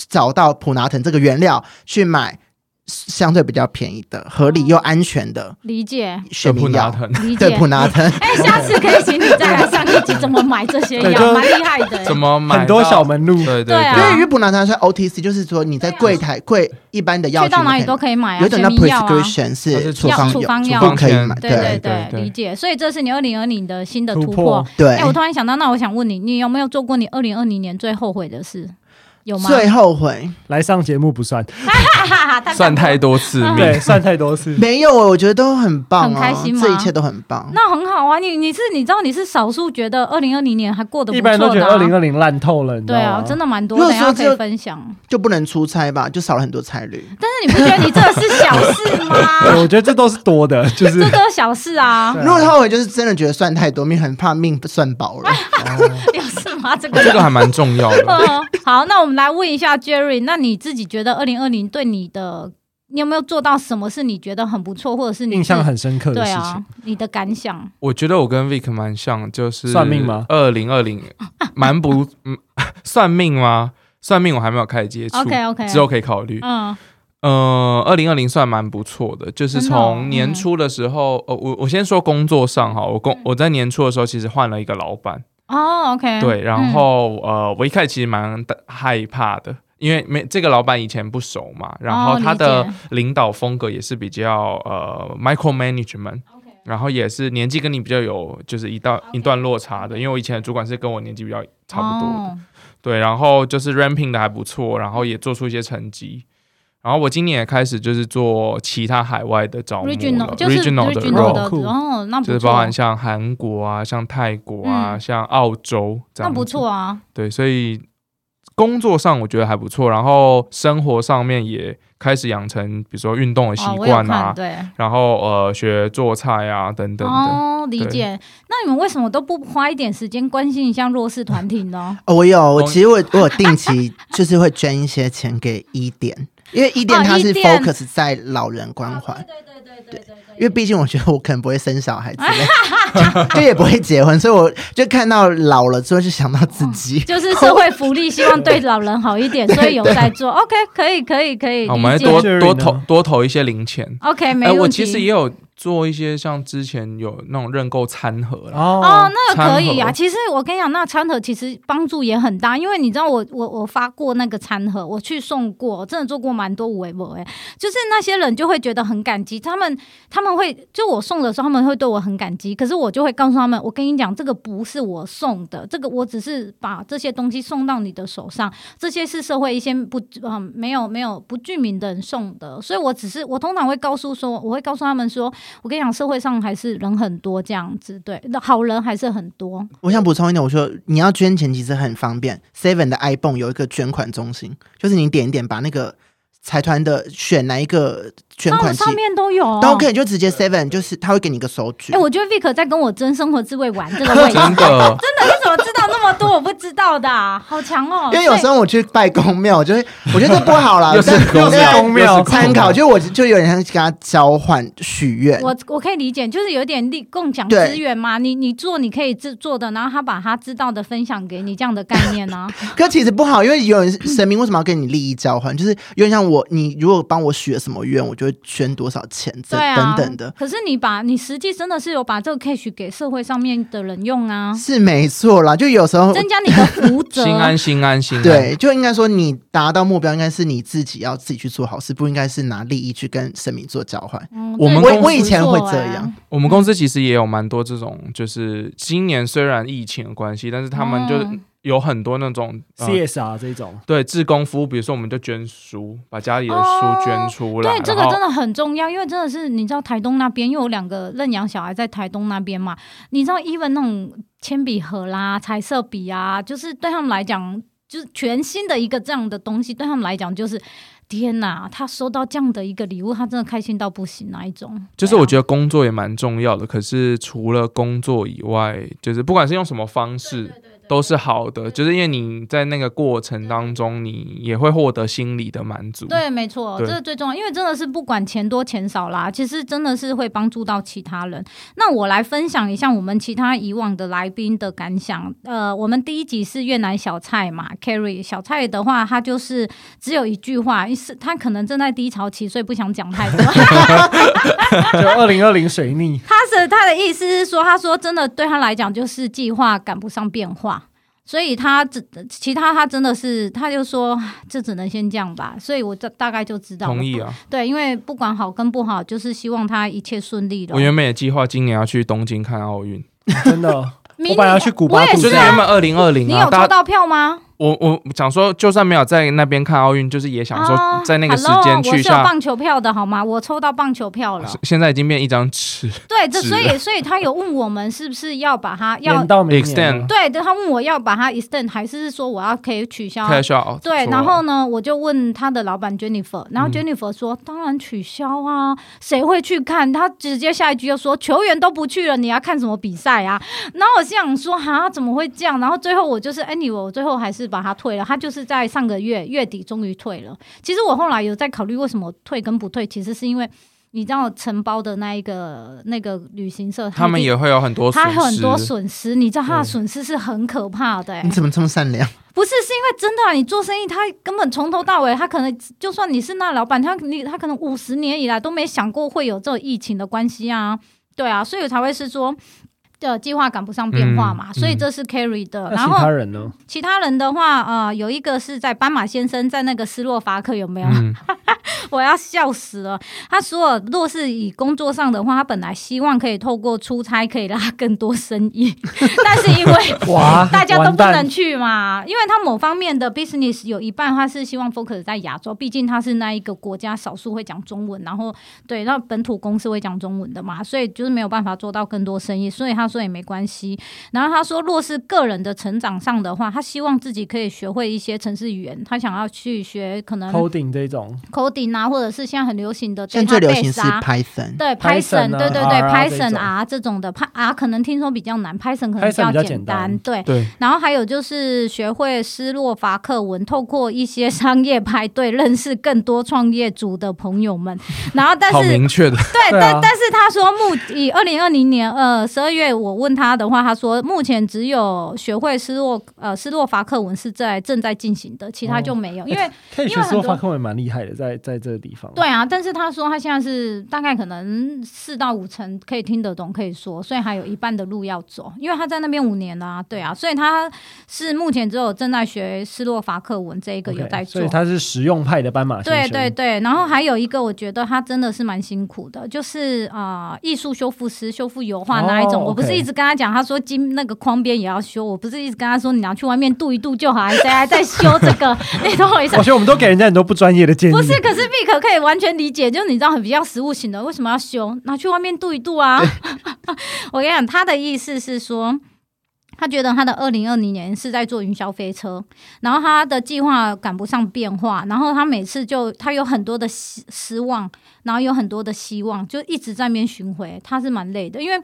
找到普拿疼这个原料去买相对比较便宜的、合
哦
理又安全的
理 解
选
不
民
拿
药。
疼，
理解
对，，普拿疼，
哎，下次可以请你再来上一集，怎么买这些
对
药，
就
蛮厉害的。
怎么买到？
很多小门路，
对
对啊
因为鱼普拿它是 OTC，就是说你在柜台柜一般的药
去
局你
到哪
可以
里都可以买
有
啊，
一种
全
叫
民药啊。
prescription
它
是
是
处
药
方
处方
处
药
方可以
处方
买，
对对
对
对
对，对
理解。所以这是你二零二零的新的
突
突
破
破。
对
哎，我突然想到，那我想问你，你有没有做过你二零二零年最后悔的事？有吗？
最后悔
来上节目不 算，
哈哈哈他
算
干嘛
太多次命，
对，算太多次。
没有，我觉得都很棒
很
啊
开，心吗
这一切都很棒。
那很好啊，你你是你知道你是少数觉得二零二零年还过得不
一
错
般
的、啊，
人都觉得二零二哦零烂透了，你知
对
道
啊，
吗？
真的蛮多，
如果
等一
说
下可
就
以分享。
就不能出差吧，就少了很多差旅。
但是你不觉得你这个是小事
对
吗？
我觉得这都是多的，就是
这都是小事啊，
对啊
如果后悔，就是真的觉得算太多命，很怕命算 薄了。
有事吗？这
这
个。
个还蛮 重要的。
呃，好，那我们来问一下 Jerry，那你自己觉得二零二零对你的，你有没有做到什么是你觉得很不错，或者是你
印象
自
很深刻
嗯
的
对
事
啊
情。，
你的感想？
我觉得我跟 Vic 蛮像，就是
算命吗？
二零二零 蛮不嗯，算命吗？算命我还没有开始接触
OK，OK
之后可以考虑。
嗯，
呃，二零二零算蛮不错的，就是
真的哦
从年初的时候，呃，我我先说工作上哈，我工
嗯
我在年初的时候其实换了一个老板，
哦，OK，
对，然
嗯
后、呃，我一开始其实蛮的害怕的，因为没这个老板以前不熟嘛，然后他
哦理
的
解
领导风格也是比较呃 micro management，然后也是年纪跟你比较有就是一道一段落差的，因为我以前的主管是跟我年纪比较差不多的，
哦
对，然后就是 ramping 的还不错，然后也做出一些成绩。然后我今年也开始就是做其他海外的招募了
regional 就是
regional 的
regional
role，
role
的，然后那不
就是包
错啊
含，像韩国啊、像泰国啊、
嗯
像澳洲这
那
样。
不。错啊，
对，所以工作上我觉得还不错，然后生活上面也开始养成，比如说运动的习
哦，我有
惯啊
看，对。
然后呃学做菜啊等等的。
哦，理
对
解。那你们为什么都不花一点时间关心一下弱势团体呢？
哦，我有，我其实我我有定期就是会捐一些钱给一点，因为一
哦
点它
伊
是
甸
focus 在老人关怀。
啊对对对对对
因为毕竟我觉得我可能不会生小孩之类， 就就也不会结婚，所以我就看到老了之后就想到自己。
就是社会福利，希望对老人好一点，所以有在做。OK，可以，可以，可以
好，我们
理
还
解。
多
Jerry
多
呢
投多投一些零钱。
OK，没
哎，
问题。
我其实也有做一些像之前有那种认购餐盒啦，
哦
哦，，那个可以
餐
啊。
盒
其实我跟你讲，那餐盒其实帮助也很大，因为你知道我我我发过那个餐盒，我去送过，我真的做过蛮多微博哎，就是那些人就会觉得很感激，他们他们会就我送的时候，他们会对我很感激，可是我就会告诉他们，我跟你讲，这个不是我送的，这个我只是把这些东西送到你的手上，这些是社会一些不嗯、没有没有不具名的人送的，所以我只是我通常会告诉说，我会告诉他们说，我跟你讲，社会上还是人很多这样子，对，那好人还是很多。
我想补充一点，我说你要捐钱其实很方便，Seven 的 iPhone 有一个捐款中心，就是你点一点把那个财团的选哪一个捐
那我
款器
上，面都有、哦。
然后可以就直接 Seven，就是他会给你一个手举
哎、。我觉得 Vic 在跟我争生活滋味玩 这个位置，
真的
你怎么知道那么多我不知道的啊、好强哦！
因为有时
候
候我去拜公庙，我就会我觉得这不好啦，
又是
但
公
对啊
庙公庙
又是
参考，就我就有点像跟他交换许愿。
我我可以理解，就是有点利共享
对
资源嘛，你你做你可以自做的，然后他把他知道的分享给你，这样的概念啊 呢、
可其实不好，因为有人神明为什么要跟你利益交换？就是有点像我，你如果帮我许了什么愿，我就会捐多少钱，这、
对啊，
等等的，
可是你把你实际真的是有把这个 cash 给社会上面的人用啊，
是没错啦。就有时候
增加你的 福泽。
心安心安心安。
对，就应该说你达到目标，应该是你自己要自己去做好事，不应该是拿利益去跟神明做交换。
嗯
我们
这个
公
不
司
以前会
错
这
哎
样
我们公司其实也有蛮多这种，就是今年虽然疫情的关系，但是他们就
嗯
有很多那种、
嗯
呃、
CSR 这种，
对志工服务，比如说我们就捐书，把家里的
哦
书捐出来。
对，这个
然后
真的很重要，因为真的是你知道台东那边，因为有两个认养小孩在台东那边嘛，你知道，even 那种铅笔盒啦、彩色笔啊，就是对他们来讲，就是全新的一个这样的东西，对他们来讲就是。天呐，他收到这样的一个礼物，他真的开心到不行那一种。
就是我
得
觉得工作也蛮重要的，可是除了工作以外，就是不管是用什么方式，都是好
嗯
的。就是因为你在那个过程当中，你也会获得心理的满足。
对，没错，
嗯对
这是最重要，因为真的是不管钱多钱少啦，其实真的是会帮助到其他人。那我来分享一下我们其他以往的来宾的感想。呃，我们第一集是越南小蔡嘛，Carry 小蔡的话，他就是只有一句话，是他可能正在低潮期，所以不想讲太 多。
就二零二零水逆，
他是他的意思是说，他说真的对他来讲就是计划赶不上变化，所以他只其他他真的是他就说啊这只能先这样吧，所以我这大概就知道了
同意啊！
对，因为不管好跟不好，就是希望他一切顺利的。
我原本也计划今年要去东京看奥运，
真的，哦
明
我本来要去古巴
我也
度
就是
假
啊
原本二零二零
你
啊，
有
大
抽
家
到票吗？
我我想说，就算没有在那边看奥运，就是也想
啊
说在那个时
hello，
间去
我
一
是有
下。
棒球票的好吗？我抽到棒球票了。
现在已经变一张纸，
对，这
是
所以所以他有问我们是不是要把它要
延到明年哦
Extend
了。
对，啊对他问我要把它 extend 还是说我要可以取消？
开始要
对，
做
然后呢，我就问他的老板 Jennifer，然后
嗯
Jennifer 说：“当然取消啊，谁会去看？”他直接下一句就说：“球员都不去了，你要看什么比赛啊？”然后我心想说：“哈，怎么会这样？”然后最后我就是 anyway，我最后还是把他退了。他就是在上个月月底终于退了。其实我后来有在考虑为什么退跟不退，其实是因为你知道承包的那一个那个旅行社，
他们
已经
也会有很多
他
损
很多
失，
损失，你知道他的损失是很可怕的、欸，
你怎么这么善良？
不是，是因为真的、啊，你做生意，他根本从头到尾，他可能就算你是那老板，他你他可能五十年以来都没想过会有这种疫情的关系啊，对啊，所以才会是说，呃，计划赶不上变化嘛，
嗯
所以这是 carry 的。
那
然
其他
后
人哦呢？
其他人的话，呃，有一个是在斑马先生在那个斯洛伐克有没有？
嗯，
我要笑死了。他说，若是以工作上的话，他本来希望可以透过出差可以拉更多生意， 但是因为
哇，
大家都
完
不
蛋
能去嘛，因为他某方面的 business 有一半他是希望 focus 在亚洲，毕竟他是那一个国家少数会讲中文，然后对，那本土公司会讲中文的嘛，所以就是没有办法做到更多生意，所以他说也没关系。然后他说，若是个人的成长上的话，他希望自己可以学会一些城市语言，他想要去学可能
coding 这种
coding 啊，或者是现在很流行的
现在最流行
database
是
啊
Python，
对
Python 啊
对对
R 啊
对
这种
，Python R 这种的，Py R 可能听说比较难，Python 可能
Python 比较
简
简单
对。
对，
然后还有就是学会斯洛伐克文，透过一些商业派对认识更多创业族的朋友们。 然后但
好
是
明确的，
对，
对啊
但但是他说目以二零二零年呃十二月，我问他的话，他说目前只有学会斯洛呃斯洛伐克文是在正在进行的，其他就没有，因为
可以
因
学
为
斯
很多
洛伐克文蛮厉害的，在在这个地方。
对啊，但是他说他现在是大概可能四到五成可以听得懂，可以说，所以还有一半的路要走，因为他在那边五年啦、对啊，所以他是目前只有正在学斯洛伐克文这一个
OK，
有在做
所以。他是实用派的斑马先嗯
对
生。
对对，然后还有一个，我觉得他真的是蛮辛苦的，就是啊、呃艺术修复师修复油画那一种。
哦
我不是
OK
一直跟他讲，他说金那个框边也要修，我不是一直跟他说你要去外面镀一镀就好，还谁还在修这 个？你懂我意思吗
我觉得我们都给人家很多不专业的建议。
不是，可是 Vick 可以完全理解，就是你知道很比较实务型的，为什么要修？拿去外面镀一镀 啊！ 我跟你讲，他的意思是说。他觉得他的二零二零年是在坐云霄飞车，然后他的计划赶不上变化，然后他每次就他有很多的失失望，然后有很多的希望，就一直在那边巡回，他是蛮累的，因为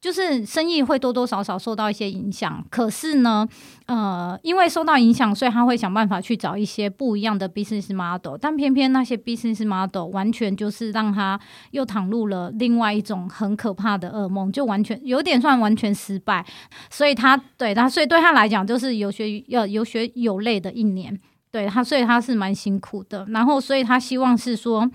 就是生意会多多少少受到一些影响，可是呢，呃，因为受到影响，所以他会想办法去找一些不一样的 business model，但偏偏那些 business model 完全就是让他又躺入了另外一种很可怕的噩梦，就完全有点算完全失败，所以他对他，所以对他来讲就是有学要有学有类的一年，对他，所以他是蛮辛苦的，然后所以他希望是说，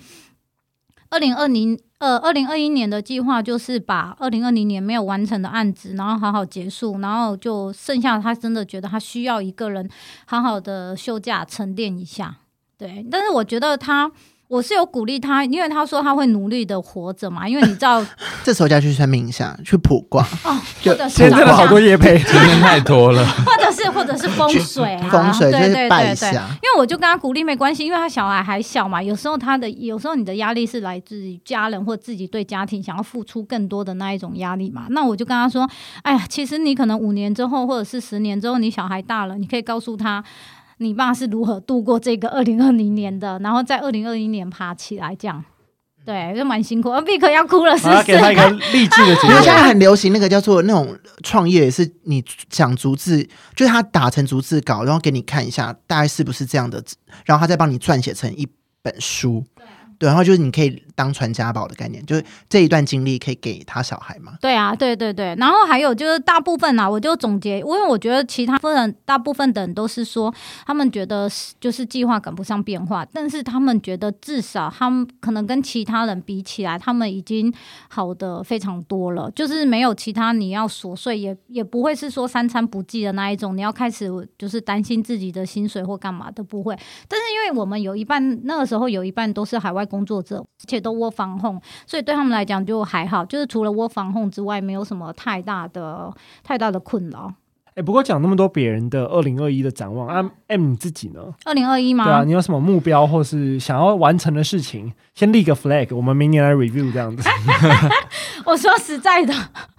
二零二零呃二零二一年的计划就是把二零二零年没有完成的案子，然后好好结束，然后就剩下他真的觉得他需要一个人好好的休假沉淀一下。对，但是我觉得他。我是有鼓励他，因为他说他会努力的活着嘛，因为你知道，哦，
这时候就要去算命一下，去卜卦，
或者是
现在真的
找
好多业配，
今天太多了，
或者是或者是风水啊，
风水就
对
是
对
拜
对
一
对，
下。
因为我就跟他鼓励没关系，因为他小孩还小嘛，有时候他的有时候你的压力是来自于家人或自己对家庭想要付出更多的那一种压力嘛。那我就跟他说，哎呀，其实你可能五年之后或者是十年之哎后，你小孩大了，你可以告诉他。你爸是如何度过这个 二零二零年的，然后在二零二一年爬起来，这样，对，就蛮辛苦。啊 Vick 要哭 了，是
我
不
要
是
给？他一个励志的结
因为现在
尾。
很流行那个叫做那种创业，是你讲逐字，就是他打成逐字稿，然后给你看一下大概是不是这样的，然后他再帮你撰写成一本书。对，然后就是你可以当传家宝的概念，就是这一段经历可以给他小孩嘛。
对啊，对对对，然后还有就是大部分啊，我就总结，因为我觉得其他人大部分的人都是说，他们觉得是就是计划赶不上变化，但是他们觉得至少他们可能跟其他人比起来，他们已经好的非常多了，就是没有其他你要琐碎，也也不会是说三餐不继的那一种，你要开始就是担心自己的薪水或干嘛的不会。但是因为我们有一半那个时候有一半都是海外工作者，而且都窝房控，所以对他们来讲就还好，就是除了窝防控之外，没有什么太大的太大的困扰。
哎，不过讲那么多别人的二零二一的展望，啊，M 你自己呢？
二零二一吗？
对啊，你有什么目标或是想要完成的事情？先立个 flag，我们明年来 review 这样子。
我说实在的，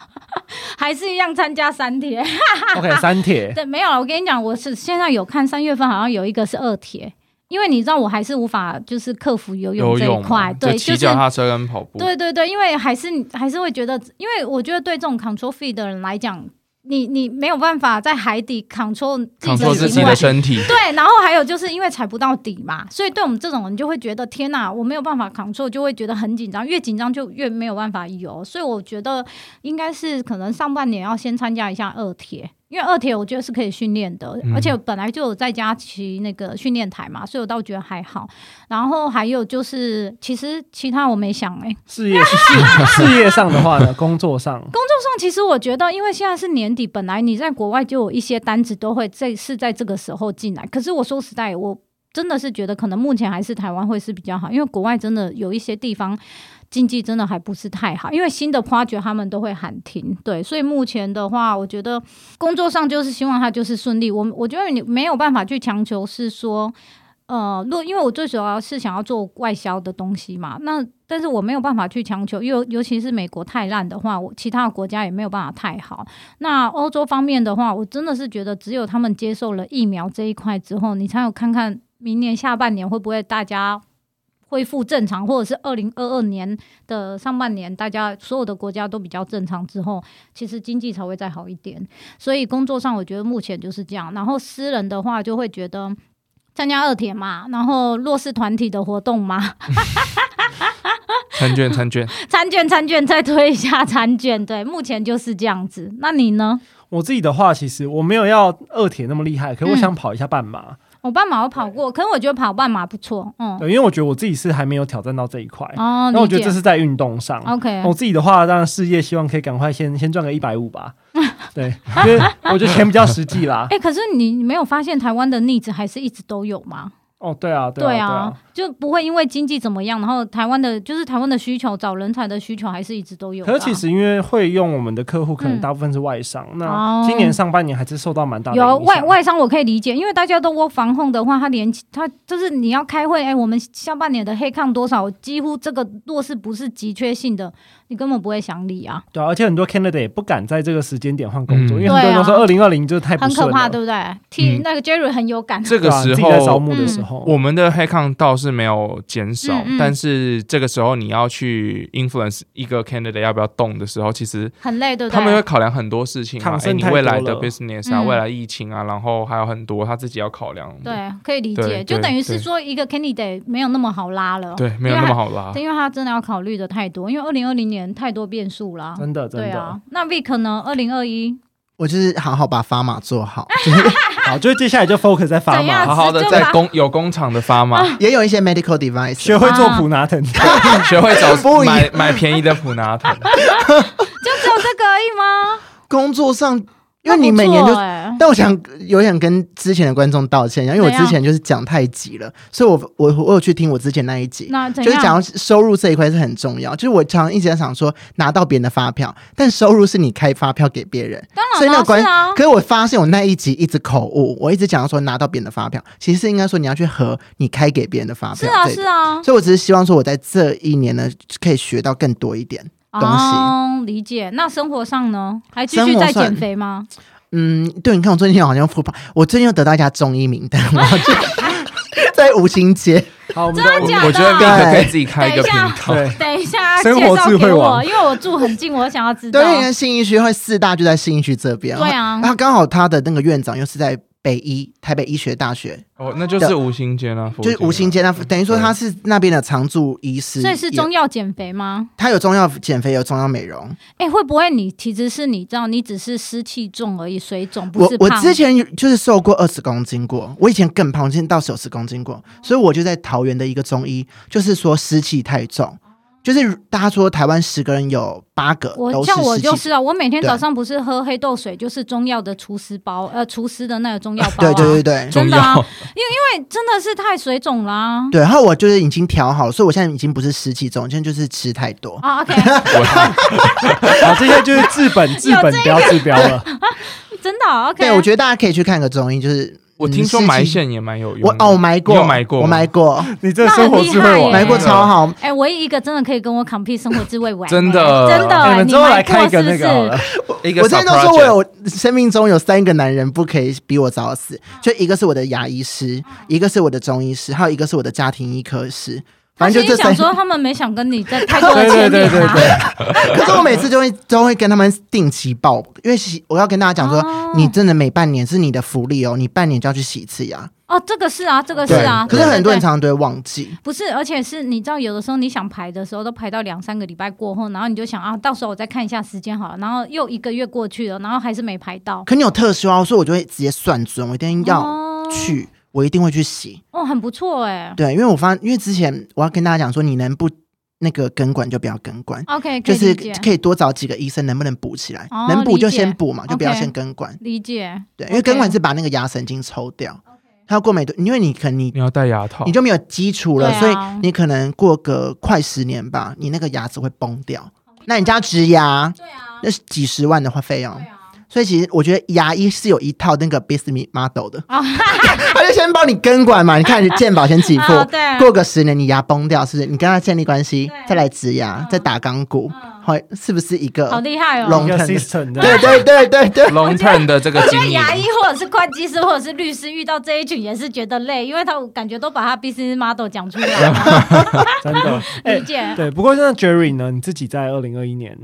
还是一样参加三铁。
OK，三铁
对，没有了。我跟你讲，我是现在有看三月份好像有一个是二铁，因为你知道我还是无法就是克服游泳
游
这
泳
一
嘛
块，
啊就
对，就
骑
是
脚踏车跟跑步，
对对对，因为还是还是会觉得，因为我觉得对这种 control fee 的人来讲，你你没有办法在海底 control 自己
扛 o
的
自己
行
的
为，
身体，
对，然后还有就是因为踩不到底嘛，所以对我们这种人就会觉得天哪，我没有办法 control，就会觉得很紧张，越紧张就越没有办法游。所以我觉得应该是可能上半年要先参加一下二铁，因为二铁我觉得是可以训练的，
嗯
而且本来就有在家骑那个训练台嘛，所以我倒觉得还好。然后还有就是，其实其他我没想哎、
事业 事事业上的话呢，工作上
那其实我觉得，因为现在是年底，本来你在国外就有一些单子都会这是在这个时候进来。可是我说实在，我真的是觉得可能目前还是台湾会是比较好，因为国外真的有一些地方经济真的还不是太好，因为新的 project 他们都会喊停，对，所以目前的话，我觉得工作上就是希望他就是顺利，我我觉得你没有办法去强求是说。呃，若因为我最主要是想要做外销的东西嘛，那但是我没有办法去强求，尤尤其是美国太烂的话，我其他的国家也没有办法太好。那欧洲方面的话，我真的是觉得只有他们接受了疫苗这一块之后，你才有看看明年下半年会不会大家恢复正常，或者是二零二二年的上半年，大家所有的国家都比较正常之后，其实经济才会再好一点。所以工作上我觉得目前就是这样，然后私人的话就会觉得。参加二铁嘛，然后弱势团体的活动嘛，
参卷参 卷，
参卷参卷再推一下参卷，对，目前就是这样子。那你呢？
我自己的话，其实我没有要二铁那么厉害，
嗯
可是我想跑一下半马。
我半马我跑过，可是我觉得跑半马不错，嗯，
对，因为我觉得我自己是还没有挑战到这一块。
哦，
那我
理
觉得
解
这是在运动上。
OK，
我自己的话，当然事业希望可以赶快先先赚个一百五 吧。对，因为我觉得钱比较实际啦。
哎、可是你你没有发现台湾的逆子还是一直都有吗？
哦，对啊，对啊，对啊，
就不会因为经济怎么样，然后台湾的就是台湾的需求，找人才的需求还是一直都有的
可
啊、
是其实因为会用我们的客户，可能
嗯
大部分是外商。
哦
那今年上半年还是受到蛮大的
有啊
影
外
响。
外商我可以理解，因为大家都 work from home 的话，他连他就是你要开会，哎、我们下半年的黑抗多少，几乎这个若是不是急缺性的，你根本不会想理啊，
对啊、而且很多 Canada 也不敢在这个时间点换工作，
嗯
因为很多人都说
对啊
二零二零就是太不
很
顺
可
了。
怕，对不对？替
嗯
那个 Jerry 很有感，
这个
对啊
时
自己在招
候
募的时
嗯
候，
我们的 h a c k o n 倒是没有减少，
嗯嗯
但是这个时候你要去 influence 一个 candidate 要不要动的时候，其实
很累，对不对？
他们会考量很多事情啊，哎，
Concern
你
太多
未来的
了
business 啊，
嗯
未来疫情啊，然后还有很多他自己要考量。
对，可以理
对
解，就
对
等于是
对
说一个 candidate 没有那么好拉了，
对，啊没有
因为
那
他
么好拉。
因为他真的要考虑的太多，因为二零二零年太多变数啦。
真的真
对
的、
啊，那 Vic 呢？二零二一
我就是好好把砝码 做好，
好，就是接下来就 focus 在砝
怎样
码，
好好的
就
在
把
工有工厂的 发嘛，
也有一些 medical device。
学会做普拿疼。
学会
不
找
一
买买便宜的普拿疼。
就只有这个而已吗？
工作上，因为你每年
那不
就
错 欸
但我想有点跟之前的观众道歉，因为我
怎样
之前就是讲太急了，所以我我我有去听我之前那一集，
那怎
就是
样
讲到收入这一块是很重要。就是我常常一直在想说拿到别人的发票，但收入是你开发票给别人，
当
所以
然
那
啦，
个关
是啊
可，是我发现我那一集一直口误，我一直讲说拿到别人的发票，其实是应该说你要去核你开给别人的发
是
票。
啊，
这一
是
点
啊，
所以我只是希望说我在这一年呢可以学到更多一点。东西
哦，理解。那生活上呢？还继
生
续
活
在
上
减肥 吗？
嗯，对，你看我最近好像复胖，我最近又得到一家中医名单，我要去在五星街。
好，我们
真的假的
我觉得 Vic 可以自己开一个
等
频
一下
道。
对。
等一下，
生活
介绍
智
给
慧
我，
王
因为我住很近，我想要知道
对，。因为信义区会四大就在信义区这 边，
对 啊
然后刚好他的那个院长又是在北医台北医学大学，
哦，那就是无形间啊，
就是无形
间。
间那等于说他是那边的常驻医师，
所以是中
也
药减肥吗？
他有中药减肥，有中药美容。
哎，会不会你其实是你知道，你只是湿气重而已，水肿不
我
是
我
胖
之前有就是瘦过二十公斤过，我以前更胖，我现在到九十公斤
哦
过，所以我就在桃园的一个中医，就是说湿气太重，就是大家说台湾十个人有八个
我
都
像我
湿气
就是啊，我每天
对
早上不是喝黑豆水，就是中药的厨师包，呃，厨师的那个中药包、啊。
对对对对
中
真的啊
药，
对，真的是太水肿啦、
对，然后我就是已经调好了，所以我现在已经不是湿气重，我现在就是吃太多。
啊。OK，
好，这些就是治 本治本，不要治标了。
真的啊 OK。
对，我觉得大家可以去看个中医，就是
我
嗯
听说
湿气
埋线也蛮有用
我
的。
哦，我埋
你
过，
有埋过吗
我埋过，
你这生活智慧
那很厉害耶
王，
埋过
真的
超好。
哎、唯一一个真的可以跟我 compete 生活智慧玩、
真的
哎真的、
哎你们之后
玩
来
过
开一个
是不
那
是
个好了，
一个
我之
sub
前都说我
project
有生命中有三个男人不可以比我早死，
嗯
就一个是我的牙医师，一个是我的中医师，还有一个是我的家庭医科师。
他
反
心
正就
里
这
想
三，
说，他们没想跟你在太多的牵
对对对
连
对
啊。
可是我每次就会都会跟他们定期报，因为洗我要跟大家讲说，
哦
你真的每半年是你的福利哦，你半年就要去洗一次牙。
哦，这个是啊，这个是
对
啊。
可
对
是很多人
对对
常常都会忘记。
不是，而且是你知道，有的时候你想排的时候，都排到两三个礼拜过后，然后你就想啊，到时候我再看一下时间好了，然后又一个月过去了，然后还是没排到。
可你有特休啊，所以我就会直接算准，我一定要
哦
去，我一定会去洗。
哦，很不错哎、
对，因为我发，因为之前我要跟大家讲说，你能不那个根管就不要根管。
OK，可哦
就
以
是
理解
可以多找几个医生，能不能补起来？
哦
能补就
理解
先补嘛，就不要
OK
先根管。
理解。
对，因为
OK
根管是把那个牙神经抽掉。他过没多，因为你可能你
你要戴牙套
你，就没有基础了，
对啊
所以你可能过个快十年吧，你那个牙齿会崩掉。
哦
那你这样植牙，
对啊，
那是几十万的话费用。
啊，
所以其实我觉得牙医是有一套那个 business model 的，
哦，
他就先帮你根管嘛，你看你健保先给付
啊，对
过个十年你牙崩掉，是不是？你跟他建立关系，
对嗯
再来植牙，再打钢骨，好，是不是一
好
个？
厉害哦！
龙
一个
腾的
system 的，
对对对对对，
long term 的这个
我觉得
经营，
牙医或者是会计师或者是律师遇到这一群也是觉得累，因为他感觉都把他 business model 讲出来 了，
真的。哎
理，解。
对。不过那 Jerry 呢？你自己在二零二一年，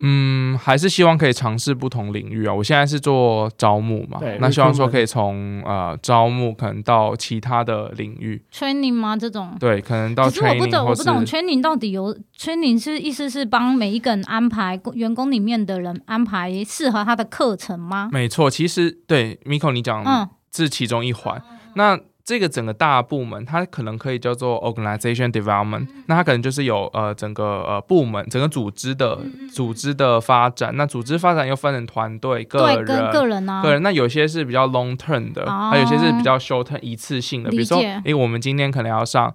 嗯，还是希望可以尝试不同领域啊。我现在是做招募嘛
对，
那希望说
recruitment
可以从呃招募可能到其他的领域，
training 吗？这种？
对，可能到
可是我不
training
懂，
或
我不懂
是
training 到底有 training 是意思是帮每一个人安排员工里面的人安排适合他的课程吗？
没错。其实对 Miko 你讲
嗯
是其中一环，那。这个整个大部门，它可能可以叫做 organization
嗯
development，那它可能就是有呃整个呃部门、整个组织的
嗯
组织的发展。那组织发展又分成团队、个
对，
人、
跟个人啊，
个人，那有些是比较 long term 的，
哦
还有些是比较 short term 一次性的。比如说，
理解
诶、我们今天可能要上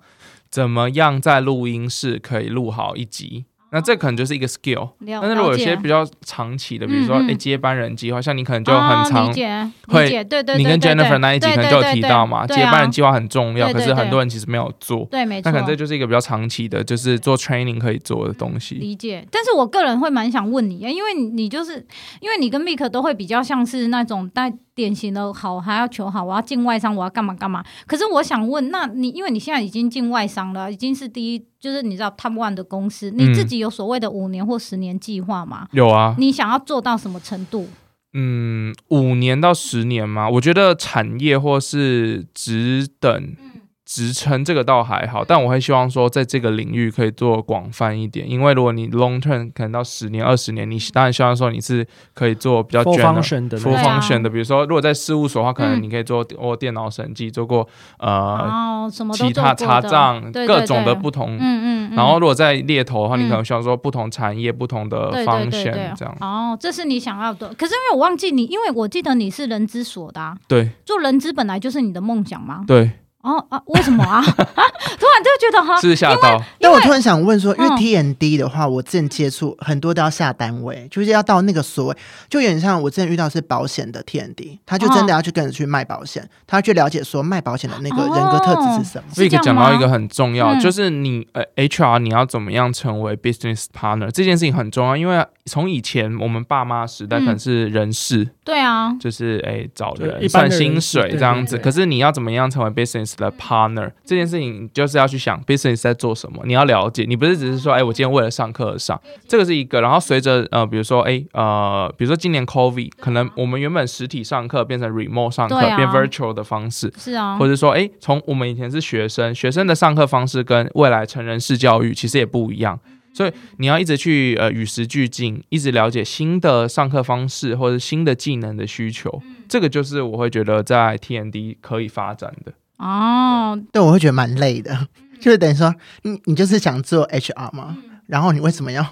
怎么样在录音室可以录好一集，那这可能就是一个 skill。
哦了
但是如果有些
了
比
解
较长期的，比如说
嗯
诶、
嗯
接班人计划，像你可能就很
哦
长
理，解
会
理解，对对对，
你跟
对对
Jennifer 那一集
对
可能
对
就有
对
提
对
到嘛，
对
接班
啊
人计划很重要，
对
可
对
是很
对
多人其实没有做。
对，没错，
那可能这就是一个比较长期的，就是做 training 可以做的东西。
理解，但是我个人会蛮想问你，啊因为你你就是因为你跟 Mik 都会比较像是那种带典型的好，还要求好，我要进外商，我要干嘛干嘛。可是我想问，那你因为你现在已经进外商了，已经是第一，就是你知道 Top One 的公司，
嗯
你自己有所谓的五年或十年计划吗？
有啊，
你想要做到什么程度？
嗯，五年到十年嘛，我觉得产业或是职等、职称这个倒还好，但我会希望说，在这个领域可以做广泛一点，因为如果你 long term 可能到十年、二十年，你当然希望说你是可以做比较
full
general
function 的那
对
full
种，
啊
function 的，比如说如果在事务所的话，可能
嗯
你可以做我电脑审计，做过呃
哦，什么都
其
做
他
过
查
的
账
对
各种的，
对对
不同。
嗯嗯嗯，
然后如果在猎头的话，你
嗯
可能希望说不同产业、不同的
对对对
function
对
这样，。
哦，这是你想要的，可是因为我忘记你，因为我记得你是人资所的、啊，
对
做人资本来就是你的梦想吗？
对，
哦啊，为什么啊？ 突然就觉得哈，
是吓到。
但我突然想问说，因为
嗯
T N D 的话，我之前接触很多都要下单位，就是要到那个所谓，就有点像我之前遇到是保险的 T N D，他就
嗯
真的要去跟着去卖保险，他要去了解说卖保险的那
哦
个人格特质是什么。
是这
Vic
样
讲
吗
到一个很重要，
嗯
就是你呃 HR 你要怎么样成为 business partner 这件事情很重要，因为从以前我们爸妈时代
嗯
可能是人事，
对啊，
就是哎找
对
人
一般
算
的
薪
人
水
对
这样子，
对
可是你要怎么样成为 business 的 partner 这件事情，你就是要去想 business 在做什么，你要了解，你不是只是说哎我今天为了上课而上，这个是一个。然后随着呃比如说哎呃比如说今年 COVID，可能我们原本实体上课变成 remote 上课，
对啊
变 virtual 的方式，
是啊，
或者说，诶，从我们以前是学生，学生的上课方式跟未来成人式教育其实也不一样，所以你要一直去呃与时俱进，一直了解新的上课方式或者新的技能的需求，这个就是我会觉得在 TND 可以发展的。
哦，
对，我会觉得蛮累
嗯
的，就是等于说，你你就是想做 HR 吗？
嗯
然后你为什么要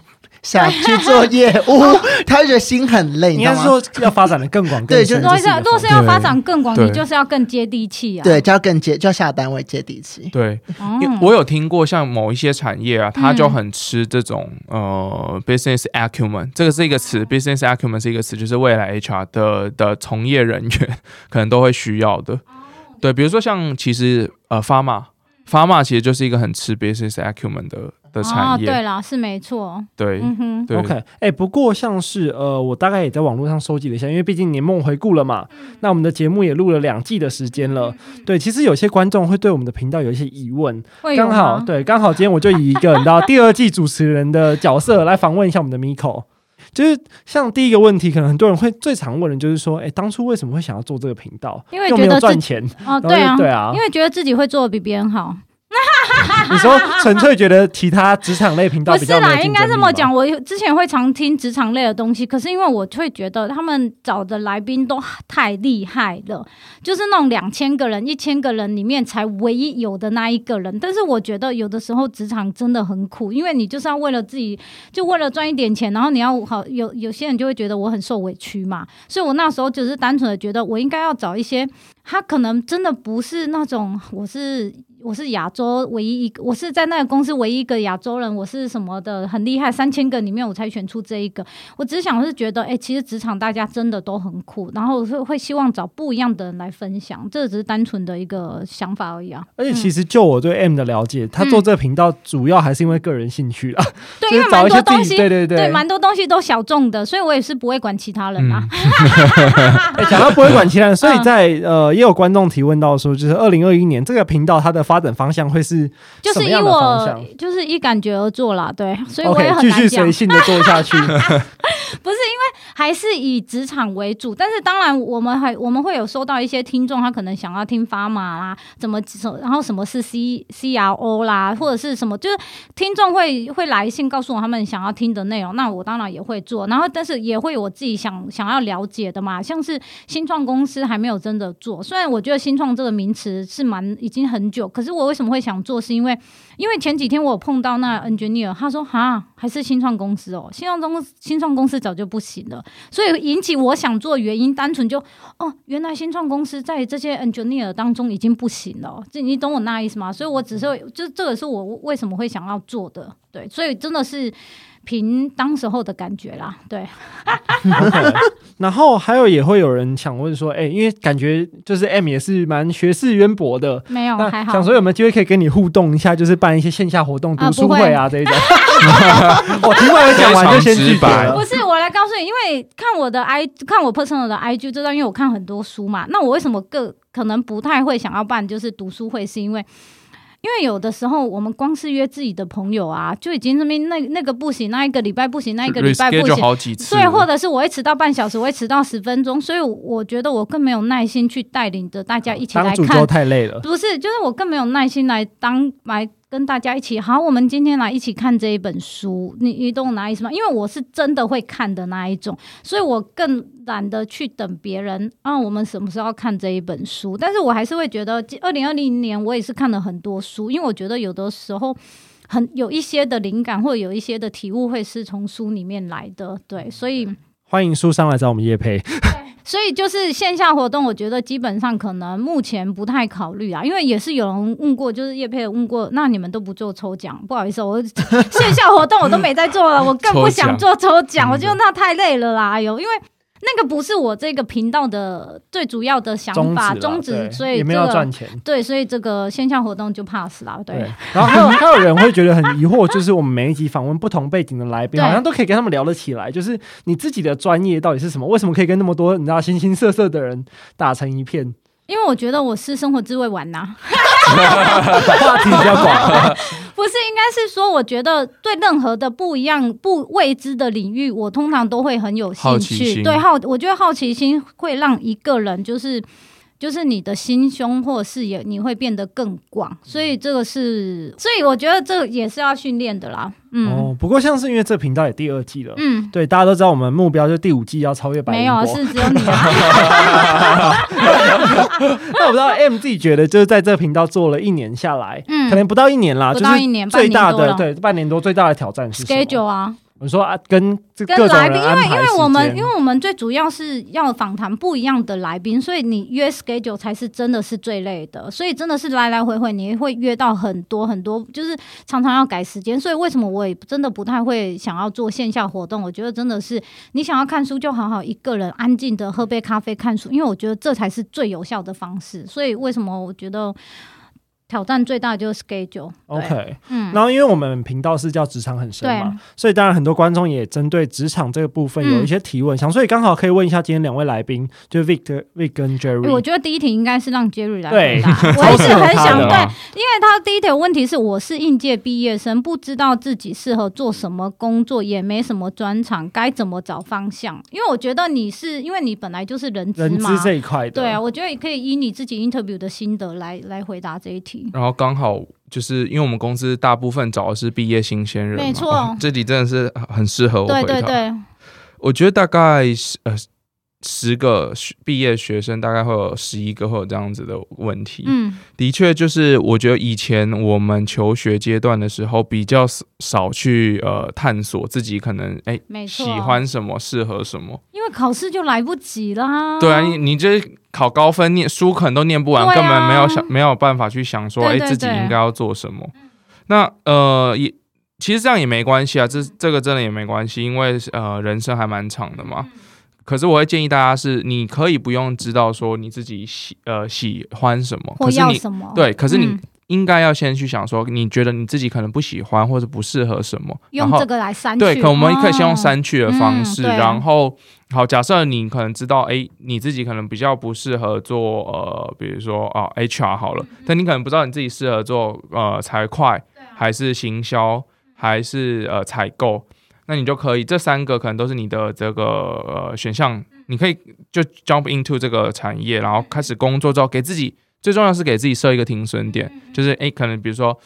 想去做业 务？他会觉得心很
欸
累，你
应
知
该是
道吗？
说要发展的更广更
对
深。
就
若
这
是啊
一个
若
方
是
向
要
对
发展更广，
对
你就是要更接地气啊。
对，就要更接，就要下单位接地气。
对，
哦，
因为我有听过像某一些产业啊，它
嗯
就很吃这种呃 business acumen，这个是一个词，business acumen 是一个词，就是未来 HR 的的从业人员可能都会需要的。
哦
对，比如说像其实呃 pharma pharma 其实就是一个很吃 business acumen 的的
哦，
产业，
对啦，是没错，
对
嗯哼，
对
OK，哎、不过像是呃，我大概也在网络上收集了一下，因为毕竟年梦回顾了嘛，
嗯
那我们的节目也录了两季的时间了。对，其实有些观众会对我们的频道有一些疑问，
会有啊
刚好
吗，
对，刚好今天我就以一个你知道第二季主持人的角色来访问一下我们的 Miko。就是像第一个问题，可能很多人会最常问的就是说，哎、当初为什么会想要做这个频道？
因为
又
觉
没有
得
赚
自己
钱，
哦，
然后
对啊
又，对啊
因，为觉得自己会做的比别人好。
你说纯粹觉得其他职场类频道
不
比
是
较没有
啦，
竞
应该
争
这
力
么
吗
讲。我之前会常听职场类的东西，可是因为我会觉得他们找的来宾都太厉害了，就是那种两千个人、一千个人里面才唯一有的那一个人。但是我觉得有的时候职场真的很苦，因为你就是要为了自己，就为了赚一点钱，然后你要好有有些人就会觉得我很受委屈嘛，所以我那时候只是单纯的觉得我应该要找一些他可能真的不是那种我是我是亚洲唯一一个，我是在那个公司唯一一个亚洲人，我是什么的很厉害，三千个里面我才选出这一个。我只想是觉得，哎、其实职场大家真的都很苦，然后会会希望找不一样的人来分享，这只是单纯的一个想法而已啊。
而且其实就我对 M 的了解，他做这个频道主要还是因为个人兴趣啦，
对，
就
因
是
为
找
蛮
一
多
些自
东
己
西，
对对对
蛮多东西都小众的，所以我也是不会管其他人啊。
嗯
嗯
哎讲到不会管其 他人，所以在呃也有观众提问到说，就是二零二一年这个频道它的发展方向会是
就
什
是
么
以
样的方向
我就是以感觉而做啦，对，所以我也
？OK，
很
继
难
续
讲
随。性的做 下去。
还是以职场为主，但是当然我们还我们会有收到一些听众，他可能想要听发马啦，怎么什然后什么是 C C R O 啦，或者是什么，就是听众会会来信告诉我他们想要听的内容，那我当然也会做，然后但是也会有我自己想想要了解的嘛，像是新创公司还没有真的做，虽然我觉得新创这个名词是蛮已经很久，可是我为什么会想做，是因为因为前几天我有碰到那 engineer，他说哈还是新创公司哦，新创公新创公司早就不行了。所以引起我想做的原因，单纯就哦，原来新创公司在这些 engineer 当中已经不行了，这你懂我那意思吗？所以我只是会就这个是我为什么会想要做的，对，所以真的是凭当时候的感觉啦，对，
然后还有也会有人想问说，哎、因为感觉就是 M 也是蛮学识渊博的，
没有哦还
那
好
想，说有没有机会可以跟你互动一下，就是办一些线下活动、
啊
读书
不会
会啊这一种。 我听完讲完就先拒
非常直
绝
白
了
不。是，我来告诉你，因为看我的 i 看我 personal 的 IG 这段，因为我看很多书嘛。那我为什么个可能不太会想要办就是读书会，是因为。因为有的时候我们光是约自己的朋友啊，就已经这边那那个不行，那一个礼拜不行，那一个礼拜不
reschedule
行，
好几次
所以， 或者是我会迟到半小时，我会迟到十分钟，所以我觉得我更没有耐心去带领着大家一起来
当主
看
角太累了，
不是，就是我更没有耐心来当来跟大家一起。好，我们今天来一起看这一本书，你你懂我哪意思吗？因为我是真的会看的那一种，所以我更懒得去等别人啊。我们什么时候要看这一本书？但是我还是会觉得，二零二零年我也是看了很多书，因为我觉得有的时候。很有一些的灵感，或者有一些的体悟，会是从书里面来的，对，所以
欢迎书商来找我们叶培。
所以就是线下活动，我觉得基本上可能目前不太考虑啊，因为也是有人问过，就是叶佩有问过，那你们都不做抽奖？不好意思，我 线下活动我都没在做了，我更不想做抽
嗯
奖，我觉得那太累了啦，哎呦，因为。那个不是我这个频道的最主要的想
宗旨
法
啦，
宗旨，
对
所以
也
这
没有要
个
赚钱。
对，所以这个线下活动就 pass 啦，对。
对，然后 还有还有人会觉得很疑惑，就是我们每一集访问不同背景的来宾，
对
好像都可以跟他们聊得起来。就是你自己的专业到底是什么？为什么可以跟那么多你知道形形色色的人打成一片？
因为我觉得我是生活智慧玩呐、
话题比较广。
不是，应该是说，我觉得对任何的不一样、不未知的领域，我通常都会很有兴
好奇
趣。
心
对好，我觉得好奇心会让一个人就是。就是你的心胸或视野，你会变得更广，所以这个是，所以我觉得这也是要训练的啦。嗯、
哦，不过像是因为这频道也第二季了，
嗯，
对，大家都知道我们目标就第五季要超越百
没
灵
有啊，
果。
是只有你 啊。
那我不知道 M 自己觉得，就是在这个频道做了一年下来，
嗯
可能不到一年啦，
不
就
到
是
一年
最大
半年
的
多
对半年多最大的挑战是什么
schedule 啊，
我说啊，跟这
跟
各种
来
人
宾，因
安
为
排
因为我
时
们
间
因为我们最主要是要访谈不一样的来宾，所以你约 schedule 才是真的是最累的，所以真的是来来回回你会约到很多很多，就是常常要改时间。所以为什么我也真的不太会想要做线下活动？我觉得真的是你想要看书就好好一个人安静的喝杯咖啡看书，因为我觉得这才是最有效的方式。所以为什么我觉得挑战最大的就是 schedule 对。
OK，
嗯，
然后因为我们频道是叫职场很深
对
嘛，所以当然很多观众也针对职场这个部分
嗯
有一些提问，想所以刚好可以问一下今天两位来宾，就是 Vic Vic
欸
跟 Jerry
我。觉得第一题应该是让 Jerry 来
对
回答，我
超
一直
适合
很
他
想
的
啊
对，因为他第一条问题是我是应届毕业生，不知道自己适合做什么工作，也没什么专长，该怎么找方向？因为我觉得你是因为你本来就是人资
人
嘛，
资这一块的，
对啊，我觉得也可以以你自己 interview 的心得来来回答这一题。
然后刚好就是因为我们公司大部分找的是毕业新鲜人嘛，
没错
哦这里真的是很适合我
对
回
对
答。
对，
我觉得大概十呃十个学毕业学生，大概会有十一个会有这样子的问题。
嗯，
的确，就是我觉得以前我们求学阶段的时候，比较少少去呃探索自己可能哎
没错，
喜欢什么，适合什么。
因为考试就来不及啦。
对啊，你你这考高分念书可能都念不完，
嗯对啊
根本没有想没有办法去想说，
对
哎，
对
自己
对嗯
应该要做什么。那呃也。其实这样也没关系啊，这这个真的也没关系，因为呃人生还蛮长的嘛。
嗯
可是我会建议大家是，你可以不用知道说你自己喜呃喜欢什么，
或
可是
要
你
什么？
对，可是你
嗯
应该要先去想说，你觉得你自己可能不喜欢或者不适合什么，然
用
后
这个来删去。
对，可我们可以先用
哦
删去的方式，
嗯对
然后好，假设你可能知道，哎，你自己可能比较不适合做呃，比如说啊、HR 好了，但你可能不知道你自己适合做呃财会，还是行销，还是呃采购，那你就可以这三个可能都是你的这个呃选项，你可以就 jump into 这个产业，然后开始工作之后，给自己最重要是给自己设一个停损点，
嗯
就是诶，可能比如说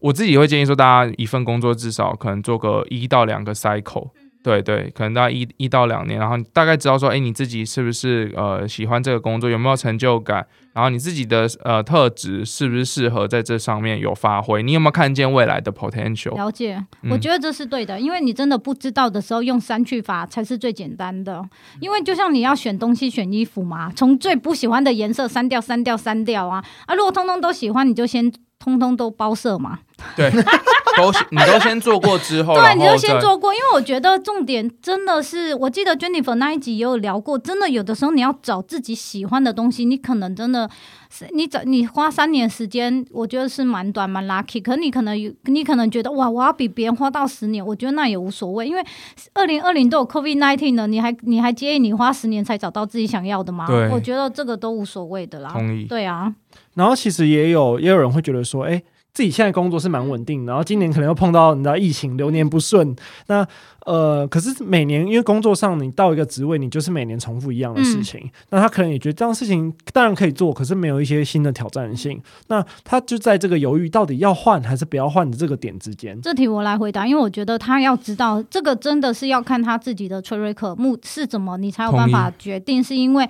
我自己会建议说，大家一份工作至少可能做个一到两个 cycle。对
嗯
对，可能大概一一到两年，然后你大概知道说，诶，你自己是不是呃喜欢这个工作，有没有成就感，
嗯
然后你自己的呃特质是不是适合在这上面有发挥，你有没有看见未来的 potential？
了解，
嗯
我觉得这是对的，因为你真的不知道的时候，用删去法才是最简单的。因为就像你要选东西、选衣服嘛，从最不喜欢的颜色删掉、删掉、删掉啊啊！如果通通都喜欢，你就先通通都包色嘛。
对，都先你都先做过之后，
对，
然
你
后
就先
再
做过，因为我觉得重点真的是，我记得 Jennifer 那一集也有聊过，真的有的时候你要找自己喜欢的东西，你可能真的是你找你花三年时间，我觉得是蛮短蛮 lucky，可你可能有你可能觉得哇，我要比别人花到十年，我觉得那也无所谓，因为二零二零都有 COVID nineteen 了，你还你还介意你花十年才找到自己想要的吗
对？
我觉得这个都无所谓的啦。
同意。
对啊，
然后其实也有也有人会觉得说，哎、自己现在工作是蛮稳定，然后今年可能又碰到你知道疫情，流年不顺。那呃，可是每年因为工作上你到一个职位，你就是每年重复一样的
嗯
事情，那他可能也觉得这样的事情当然可以做，可是没有一些新的挑战性。那他就在这个犹豫到底要换还是不要换的这个点之间。
这题我来回答，因为我觉得他要知道这个真的是要看他自己的 t r a c k 目是怎么，你才有办法决定。是因为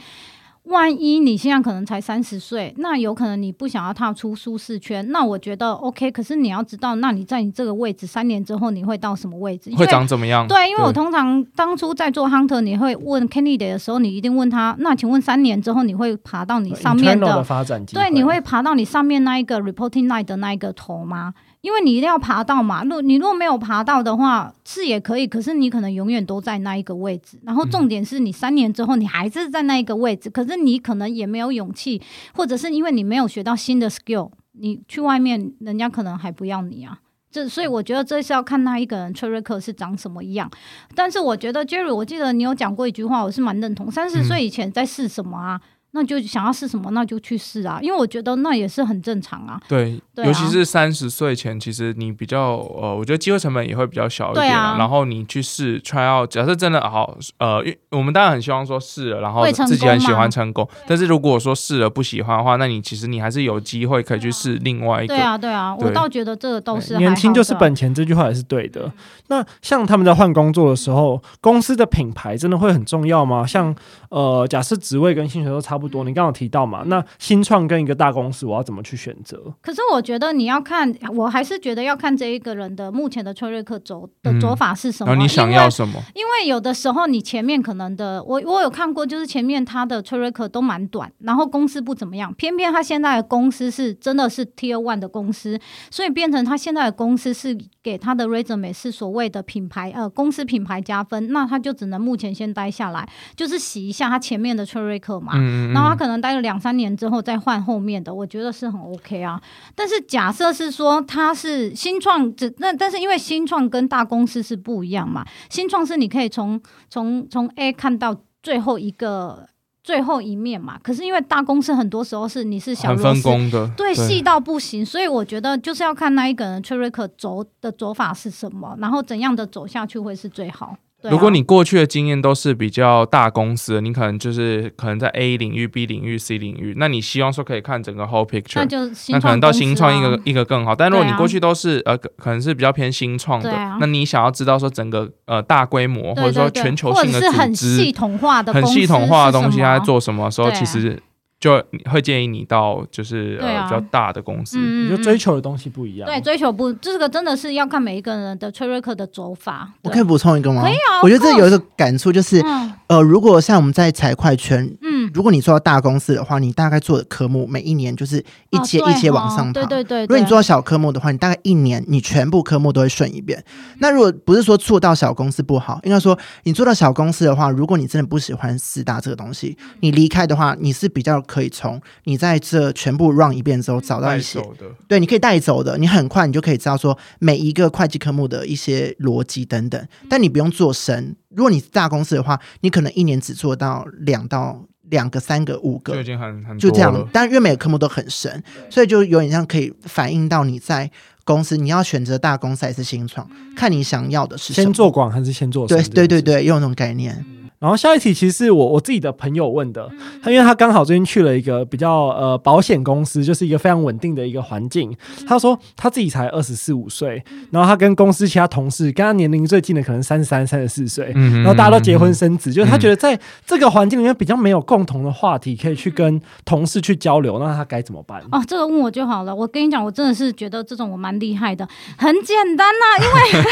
万一你现在可能才三十岁，那有可能你不想要踏出舒适圈，那我觉得 OK。可是你要知道，那你在你这个位置三年之后，你会到什么位置？因
会
为
长怎么样？
对，因为我通常当初在做 hunter，你会问 candidate 的时候，你一定问他，那请问三年之后你会爬到你上面
呃 internal 的发展机
对，你会爬到你上面那一个 reporting line 的那一个头吗？因为你一定要爬到嘛，如你如果没有爬到的话，是也可以，可是你可能永远都在那一个位置。然后重点是你三年之后，你还是在那一个位置，可是你可能也没有勇气，或者是因为你没有学到新的 skill，你去外面人家可能还不要你啊。这所以我觉得这是要看他一个人 t r a c k 是长什么样。但是我觉得 Jerry，我记得你有讲过一句话，我是蛮认同，三十
嗯
岁以前在试什么啊？那就想要试什么，那就去试啊，因为我觉得那也是很正常啊。
对，
对啊
尤其是三十岁前，其实你比较呃，我觉得机会成本也会比较小一点、
对啊
然后你去试 try out，假设真的好，呃，因为我们当然很希望说试了，然后
会成功
自己很喜
嘛
欢成功。但是如果说试了不喜欢的话，那你其实你还是有机会可以去试另外一个。
对啊，对啊，
对
我倒觉得这个都是还
年轻
好嗯
就是
的
本钱这句话也是对的。那像他们在换工作的时候，公司的品牌真的会很重要吗？像呃，假设职位跟薪水都差不多，
嗯
你刚刚有提到嘛，那新创跟一个大公司，我要怎么去选择？
可是我觉得你要看，我还是觉得要看这一个人的目前的策略课走的
嗯
走法是什么。
然后你想
因为
要什么？
因为有的时候你前面可能的，我我有看过，就是前面他的 t r a c k 都蛮短，然后公司不怎么样，偏偏他现在的公司是真的是 Tier One 的公司，所以变成他现在的公司是给他的 resume 是所谓的品牌呃公司品牌加分，那他就只能目前先待下来，就是洗一下他前面的 t r a c k 嘛。
嗯嗯
然后他
嗯，
可能待了两三年之后再换后面的，我觉得是很 OK 啊。但是假设是说他是新创，只那但是因为新创跟大公司是不一样嘛，新创是你可以从从从 A 看到最后一个最后一面嘛，可是因为大公司很多时候是你是小
很
螺
分
丝。
工的，
对，细到不行，所以我觉得就是要看那一个人 t r i c k 走的走法是什么，然后怎样的走下去会是最好。对啊
如果你过去的经验都是比较大公司的，你可能就是可能在 A 领域、B 领域、C 领域，那你希望说可以看整个 whole
那
picture，
就新
那可能到
公司
新创一
啊
个一个更好。但如果
对啊
你过去都是呃可可能是比较偏新创的，
对啊
那你想要知道说整个呃大规模
对
或者说
对对
全球
或
性
者
的
是很
组
系
织、
统化的
很
公司
系统化
是
的东西，
什
它
么
在做什么的时候，
对啊
其实就会建议你到就是
对
呃
啊
比较大的公司。
嗯嗯
你就
嗯
追求啊的东西不一样。
对，追求不，这个真的是要看每一个人的崔瑞克的走法。
我
对
可以补充一个吗？
可以
哦
啊
我觉得这
of
有一个感触就是，
嗯
呃，如果像我们在财会圈，
嗯，
如果你做到大公司的话，你大概做的科目每一年就是一阶、
哦对
一阶往
哦
上爬。
对对对，
如果你
对
做到小科目的话，你大概一年你全部科目都会顺一遍。那如果不是说做到小公司不好，应该说你做到小公司的话，如果你真的不喜欢四大这个东西，你离开的话，你是比较可以从你在这全部 run 一遍之后找到
带
一些
走的，
对，你可以带走的，你很快你就可以知道说每一个会计科目的一些逻辑等等，但你不用做深。如果你是大公司的话，你可能一年只做到两到两个、三个、五
就已
个，
经很很
就这
多
样
了。。
但因为每个科目都很深，所以就有点像可以反映到你在公司，你要选择大公司还是新创，
嗯
看你想要的是什么。
先做广还是先做深这
对
件
对
事
对对，也有那种概念。
嗯
然后下一题其实是我我自己的朋友问的，
嗯
他因为他刚好最近去了一个比较呃保险公司，就是一个非常稳定的一个环境。
嗯
他说他自己才二十四五岁，然后他跟公司其他同事跟他年龄最近的可能三十三、三十四岁，
嗯
然后大家都结婚生子，就是他觉得在这个环境里面比较没有共同的话题可以去跟同事去交流，那他该怎么办？
哦，这个问我就好了。我跟你讲，我真的是觉得这种我蛮厉害的，很简单呐、因为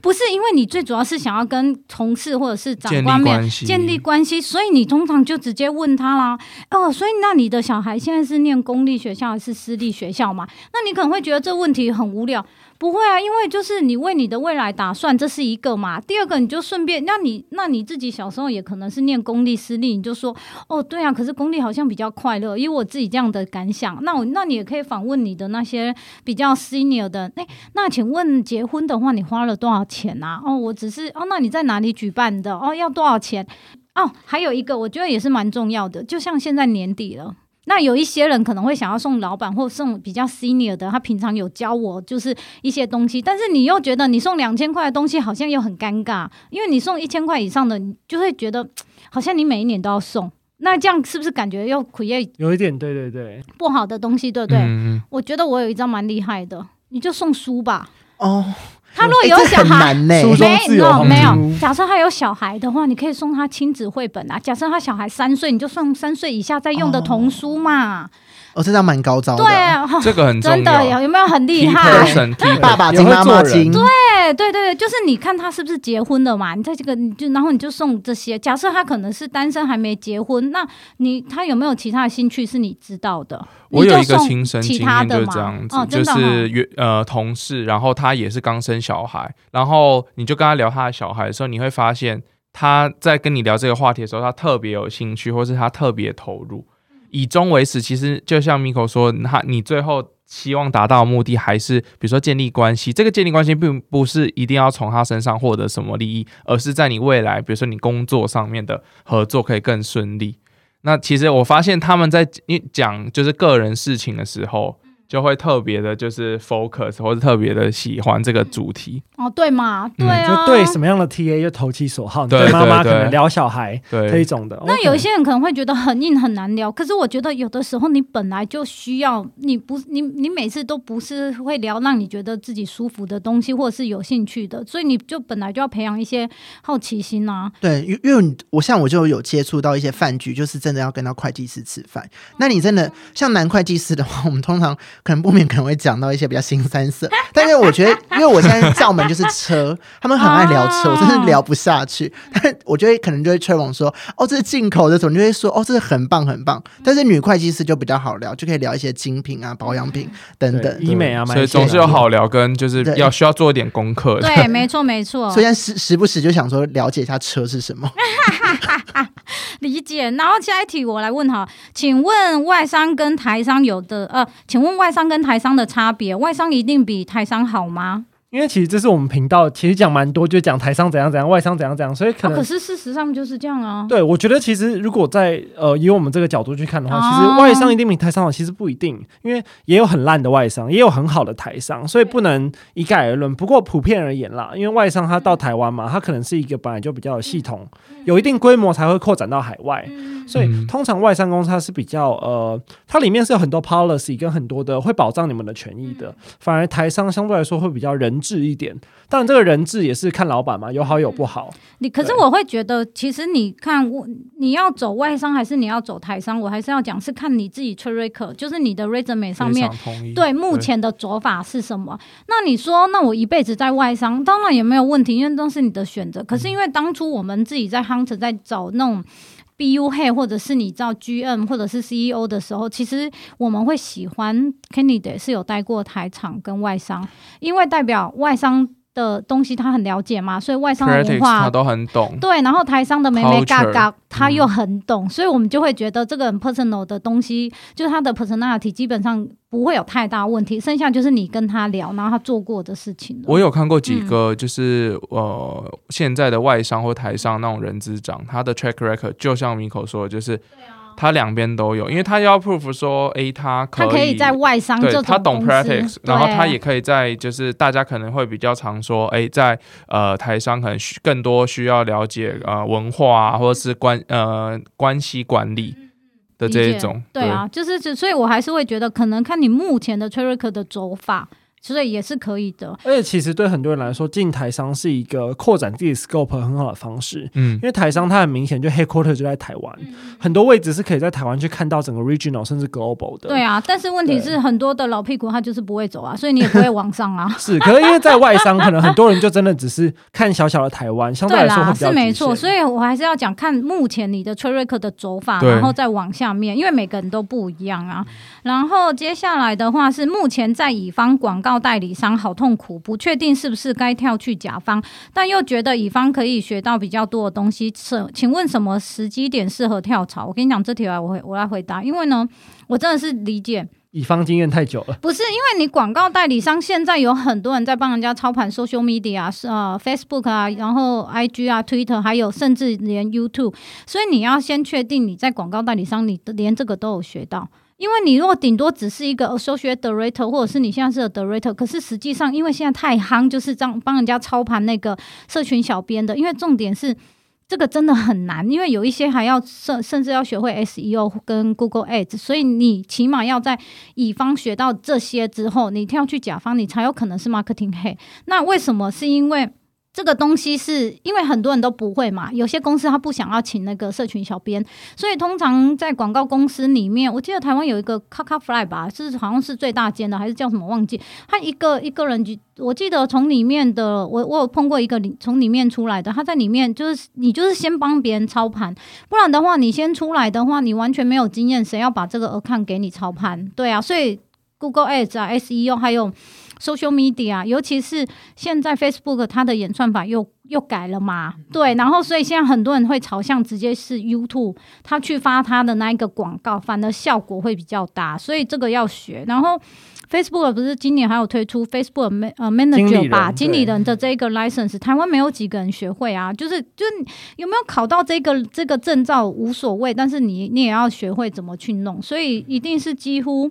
不是因为你最主要是想要跟同事或者是长
建
官
立
们
关系，
建立关系，所以你通常就直接问他啦。哦，所以那你的小孩现在是念公立学校还是私立学校嘛？那你可能会觉得这问题很无聊。不会啊，因为就是你为你的未来打算，这是一个嘛。第二个，你就顺便，那你那你自己小时候也可能是念公立、私立，你就说哦，对啊，可是公立好像比较快乐，因为我自己这样的感想。那我那你也可以访问你的那些比较 senior 的，哎，那请问结婚的话，你花了多少钱啊？哦，我只是哦，那你在哪里举办的？哦，要多少钱？哦，还有一个我觉得也是蛮重要的，就像现在年底了。那有一些人可能会想要送老板或送比较 senior 的，他平常有教我就是一些东西，但是你又觉得你送两千块的东西好像又很尴尬，因为你送一千块以上的，你就会觉得好像你每一年都要送，那这样是不是感觉又 create
有一点，对对对，
不好的东西，对不对？
嗯，嗯
我觉得我有一张蛮厉害的，你就送书吧。
哦，
他如果
诶
有
这
小
很
孩，
难呢、
书中
没
自有
有
黄
没
金
有
屋，
假设他有小孩的话，你可以送他亲子绘本啊。假设他小孩三岁，你就送三岁以下在用的童书嘛。
哦，这张蛮高招的。
对，啊哈
嗯这个很重要
真的有有没有很厉
Key
害？
person, key
爸爸
也
金，
会
妈妈
做人
金。对，
对啊对对，就是你看他是不是结婚了嘛？你在这个你就然后你就送这些。假设他可能是单身还没结婚，那你他有没有其他的兴趣是你知道的？
我
你就
有一个
送
亲身
其
经
他
验
的
就是
嘛
这样子，
哦真的
就
哦
是约呃同事，然后他也是刚生小孩，然后你就跟他聊他的小孩的时候，你会发现他在跟你聊这个话题的时候，他特别有兴趣，或是他特别投入。
嗯
以终为始，其实就像 Miko 说，他你最后希望达到的目的还是比如说建立关系。这个建立关系并不是一定要从他身上获得什么利益，而是在你未来，比如说你工作上面的合作可以更顺利。那其实我发现他们在因为讲就是个人事情的时候，
嗯
就会特别的，就是 focus 或者特别的喜欢这个主题。
哦，对嘛，对
嗯
啊，
就对什么样的 TA 就投其所好，你
对
对妈妈可
对
能
对
聊小孩这一
对，
种的。哦
那
OK
有一些人可能会觉得很硬很难聊，可是我觉得有的时候你本来就需要，你不你你每次都不是会聊让你觉得自己舒服的东西，或者是有兴趣的，所以你就本来就要培养一些好奇心啊。
对，因因为你我像我就有接触到一些饭局，就是真的要跟到会计师吃饭。那你真的像男会计师的话，我们通常可能不免可能会讲到一些比较新三色，但是我觉得，因为我现在罩门就是车，他们很爱聊车，我真的聊不下去。 但是我觉得可能就会吹捧说，哦，这是进口的，总就会说，哦，这是很棒很棒。但是女会计师就比较好聊，就可以聊一些精品啊、保养品等
对
等。
医美啊，买
所以
一些
总是有
的
好聊跟就是
对
要需要做一点功课的。
对，没错没错
所，以现在时时不时就想说了解一下车是什么。
理解。然后下一题我来问哈，请问外商跟台商有的呃，请问外商跟台商的差别，外商一定比台商好吗？
因为其实这是我们频道其实讲蛮多，就讲台商怎样怎样，外商怎样怎样，所以可
啊，
能、
可是事实上就是这样啊。
对我觉得其实如果在呃以我们这个角度去看的话，其
哦
实外商一定比台商好，其实不一定，因为也有很烂的外商，也有很好的台商，所以不能一概而论。不过普遍而言啦，因为外商它到台湾嘛，它可能是一个本来就比较有系统、有一定规模才会扩展到海外。
嗯
所以
嗯
通常外商公司它是比较呃，它里面是有很多 policy 跟很多的会保障你们的权益
嗯
的，反而台商相对来说会比较人治一点。当然，这个人治也是看老板嘛，有好有
嗯
不好。
你可是
对
我会觉得，其实你看我，你要走外商还是你要走台商，我还是要讲是看你自己 track record，就是你的 resume 上面
非常同意
对目前的走法是什么？那你说，那我一辈子在外商，当然也没有问题，因为都是你的选择。可是因为当初我们自己在 Hunter 在找那种。BU head 或者是你知道 GM 或者是 CEO 的时候，其实我们会喜欢 candidate 是有待过台厂跟外商，因为代表外商的东西他很了解嘛，所以外商的
critics
文化
他都很懂，
对，然后台商的妹妹嘎
Culture，
嘎，他
嗯
又很懂，所以我们就会觉得这个很 personal 的东西，就是他的 personality 基本上不会有太大问题，剩下就是你跟他聊，然后他做过的事情了。
我有看
嗯
过几个，就是、呃，现在的外商或台商那种人资长，他的 track record 就像 Miko 说的，就是
啊
他两边都有，因为他要 prove 说，诶，他可
他
以，
可以在外商这
对
种
他懂
公司
practice，然后
对
他也可以在就是大家可能会比较常说，诶，在呃台商可能需更多需要了解呃文化啊，或者是关呃关系管理的这
理
一
解
种，
对啊，就是只，所以我还是会觉得，可能看你目前的 track 的走法，所以也是可以的。
而且其实对很多人来说，进台商是一个扩展自己 scope 很好的方式，
嗯
因为台商它很明显就 headquarter 就在台湾，
嗯
很多位置是可以在台湾去看到整个 regional 甚至 global 的。
对啊，但是问题
对
是，很多的老屁股他就是不会走啊，所以你也不会往上啊。
是，可是因为在外商，可能很多人就真的只是看小小的台湾，相对
对
来说会
啦，
比较
是没错，所
以
以我还是要讲看目前你的 t r a c k 的走法，
对
然后再往下面，因为每个人都不一样啊。然后接下来的话是目前在乙方广告代理商好痛苦，不确定是不是该跳去甲方，但又觉得乙方可以学到比较多的东西。是，请问什么时机点适合跳槽？我跟你讲这题啊，我会我来回答，因为呢，我真的是理解。
乙方经验太久了，
不是，因为你广告代理商现在有很多人在帮人家操盘 social media 啊是呃 Facebook 啊，然后 IG 啊、Twitter，还有甚至连 YouTube，所以你要先确定你在广告代理商你的连这个都有学到。因为你如果顶多只是一个 associate director，或者是你现在是个 director，可是实际上因为现在太夯，就是这样帮人家操盘那个社群小编的。因为重点是这个真的很难，因为有一些还要甚甚至要学会 SEO 跟 Google Ads，所以你起码要在乙方学到这些之后，你跳去甲方，你才有可能是 marketing head。那为什么？是因为这个东西是因为很多人都不会嘛，有些公司他不想要请那个社群小编，所以通常在广告公司里面，我记得台湾有一个 c a c a Fly 吧，是好像是最大间的，还是叫什么忘记？他一个一个人就，我记得从里面的我我有碰过一个里从里面出来的，他在里面就是你就是先帮别人操盘，不然的话，你先出来的话，你完全没有经验，谁要把这个 account 给你操盘？对啊，所以 Google Ads 啊、SEO 还有 social media，尤啊其是现在 Facebook 它的演算法又又改了嘛，
嗯
对，然后所以现在很多人会朝向直接是 YouTube，他去发他的那一个广告，反而效果会比较大，所以这个要学。然后 Facebook 不是今年还有推出 Facebook ma- 呃
经
Manager
理人
吧，
对
经理人的这个 license，台湾没有几个人学会啊，就是就是有没有考到这个这个证照无所谓，但是你你也要学会怎么去弄，所以一定是几乎。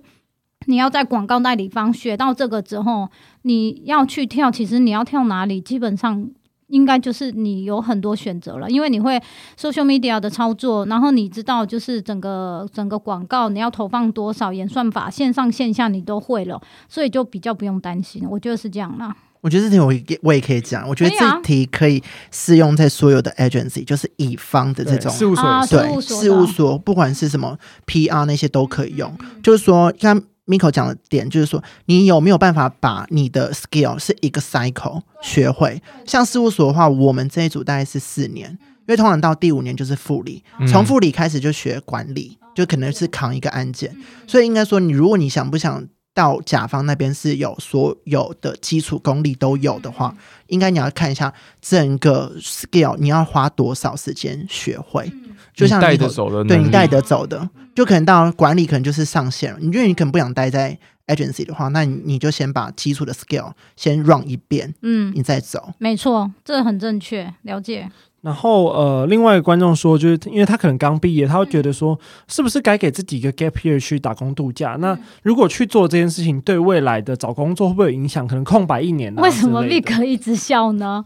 你要在广告代理方学到这个之后，你要去跳，其实你要跳哪里，基本上应该就是你有很多选择了，因为你会 social media 的操作，然后你知道就是整个整个广告你要投放多少演算法，线上线下你都会了，所以就比较不用担心，我觉得是这样啦。
我觉得这题我也我也可以讲，我觉得
可以啊
这题可以适用在所有的 agency，就是乙方的这
对
种
事务所
啊
也是
事
对
务所的嗯
事务所，不管是什么 PR 那些都可以用。就是说，像 Miko 讲的点，就是说你有没有办法把你的 skill 是一个 cycle 学会。像事务所的话，我们这一组大概是四年，因为通常到第五年就是副理，
嗯
从副理开始就学管理，
哦
就可能是扛一个案件。
嗯
所以应该说，你如果你想不想。到甲方那边是有所有的基础功力都有的话，
嗯
应该你要看一下整个 skill 你要花多少时间学
嗯
会。就像
你带
Miko
着走的能力，
对你带得走的，就可能到管理可能就是上限了，因为你可能不想待在 agency 的话，那你你就先把基础的 skill 先 run 一遍，
嗯，
你再走。
没错，这很正确，了解。
然后呃，另外一个观众说，就是因为他可能刚毕业，他会觉得说，是不是该给自己一个 gap year 去打工度假？那如果去做这件事情，对未来的找工作会不会有影响？可能空白一年、啊。
为什么
立
立
刻？
刻一直笑呢？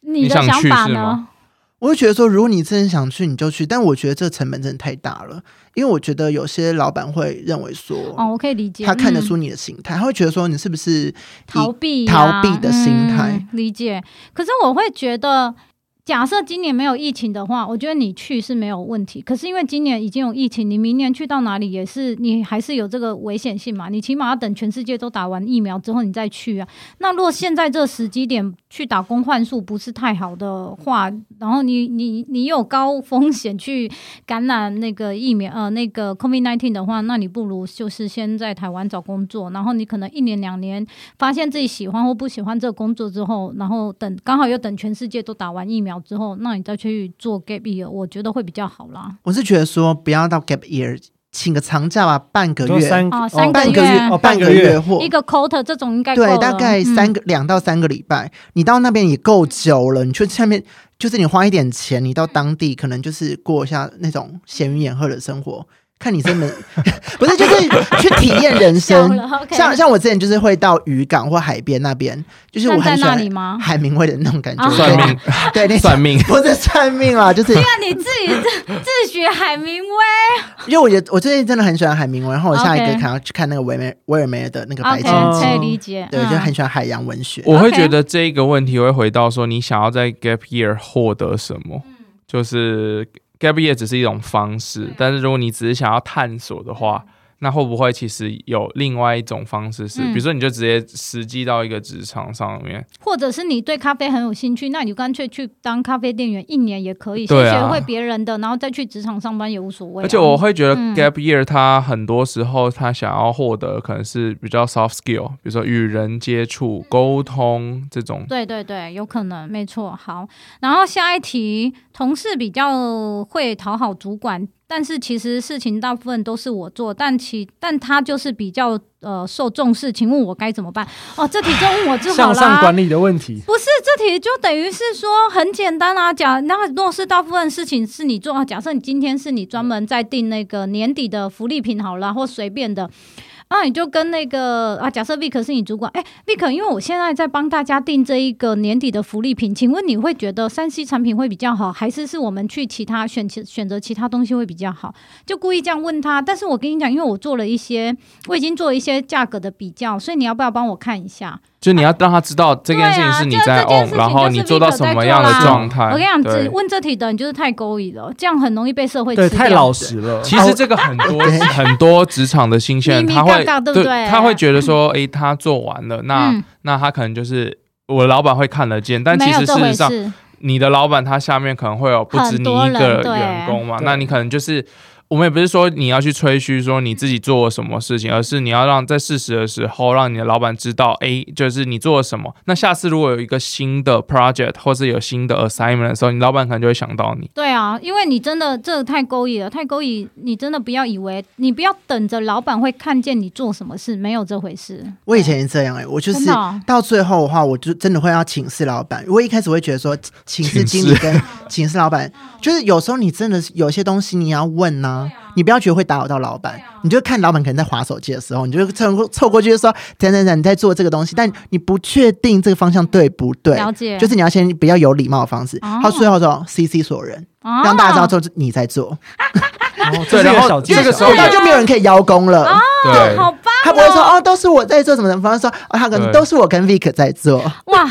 你的
想
想
去
法
是
呢
吗？
我就觉得说，如果你真的想去，你就去，但我觉得这成本真的太大了，因为我觉得有些老板会认为说，
哦，我可以理解。
他看得
嗯
出你的心态，他会觉得说你是不是
逃避、啊
逃避的心态
嗯理解。可是我会觉得，假设今年没有疫情的话，我觉得你去是没有问题。可是因为今年已经有疫情，你明年去到哪里也是你还是有这个危险性嘛？你起码要等全世界都打完疫苗之后你再去啊。那如果现在这个时机点去打工换宿不是太好的话，然后你你你有高风险去感染那个疫苗呃那个 COVID nineteen 的话，那你不如就是先在台湾找工作，然后你可能一年两年发现自己喜欢或不喜欢这个工作之后，然后等刚好又等全世界都打完疫苗之后，那你再去做 gap year，我觉得会比较好啦。
我是觉得说不要到 gap year，请个长假吧，半个
说
月，
三
哦三
半
个月
哦，
半
半个
月
月。
或
一个 quarter 这种应该够
对，
了
大概三
嗯
个两、到三个礼拜，你到那边也够久了。你去下面就是你花一点钱，你到当地可能就是过一下那种闲云野鹤的生活，看你真的 不是就是去体验人
笑
生。
了 OK，
像像我之前就是会到渔港或海边那边，就是我
站在
很喜
那里
欢
吗？
海明威的那种感觉，
啊
算命，
对，那种，
算命
不是算命 啦，就是
那你自己自自学海明威
因为我觉得我最近真的很喜欢海明威，然后我下一个
OK
看要去看那个维梅维尔梅尔的那个啊 白
，OK，
鲸
哦
可以
记，
理解。
对，我就
嗯
很喜欢海洋文学。
我会
OK
觉得这个问题会回到说，你想要在 gap year 获得什么？
嗯
就是 gap year 只是一种方式，但是如果你只是想要探索的话，那会不会其实有另外一种方式是，
嗯
比如说你就直接实际到一个职场上面，
或者是你对咖啡很有兴趣，那你就干脆去当咖啡店员一年也可以，先
对
学
啊
会别人的，然后再去职场上班也无所谓啊、
而且我会觉得
嗯
gap year 它很多时候它想要获得可能是比较 soft skill，比如说与人接触、沟通这
嗯
种。
对对对，有可能，没错。好，然后下一题，同事比较会讨好主管，但是其实事情大部分都是我做，但其但他就是比较呃受重视，请问我该怎么办？哦，这题就问我就好
向上
啦。
管理的问题，
不是这题就等于是说很简单啊，假那若是大部分事情是你做，啊假设你今天是你专门在定那个年底的福利品好了，或随便的，那、你就跟那个啊，假设 Vick 是你主管，哎，Vick，因为我现在在帮大家定这一个年底的福利品，请问你会觉得三 C 产品会比较好，还是是我们去其他选选择其他东西会比较好？就故意这样问他。但是我跟你讲，因为我做了一些，我已经做了一些价格的比较，所以你要不要帮我看一下？
就你要让他知道这
对
件事情是你
啊、
在
这件
on，、
事情
然后
就是
你做到
Vick 在
什么
做
样的
啦
状态。
我跟你讲，
对
只问这题的你就是太勾引了，这样很容易被社会
对，
吃
太
掉
老实 了。
其实这个很多很多职场的新鲜人，
咪咪
他会
嘎嘎对不对
他会觉得说，诶，他做完了，那、
嗯
那他可能就是我的老板会看得见，但
没
其
有
实
这
事
回
实上，
事，
你的老板他下面可能会有不止
很
你一
多人
个
对
员工嘛，
对
那你可能就是。我们也不是说你要去吹嘘说你自己做了什么事情，
嗯
而是你要让在适时的时候让你的老板知道，诶，就是你做了什么。那下次如果有一个新的 project 或是有新的 assignment 的时候，你老板可能就会想到你。
对啊，因为你真的这个太勾引了，太勾引，你真的不要以为你不要等着老板会看见你做什么事，没有这回事，
我以前也这样哎、我就是
真的哦
到最后的话，我就真的会要请示老板。我一开始会觉得说，请示经理跟 请示老板，就是有时候你真的是有些东西你要问呐、
啊
你不要觉得会打扰到老板，你就看老板可能在划手机的时候，你就凑过凑过去就说，等等等，你在做这个东西，但你不确定这个方向对不对，
了解，
就是你要先比较有礼貌的方式。
哦
到最后说 CC 所有人，
啊
让大家知道说你在做，
哦这是
对
一
然后
小技
这个
巧
时候
那就没有人可以邀功了。
哦
对，
好棒
他不会说哦，都是我在做什么什么，反而说哦，他可能
对
都是我跟 Vic 在做。
哇！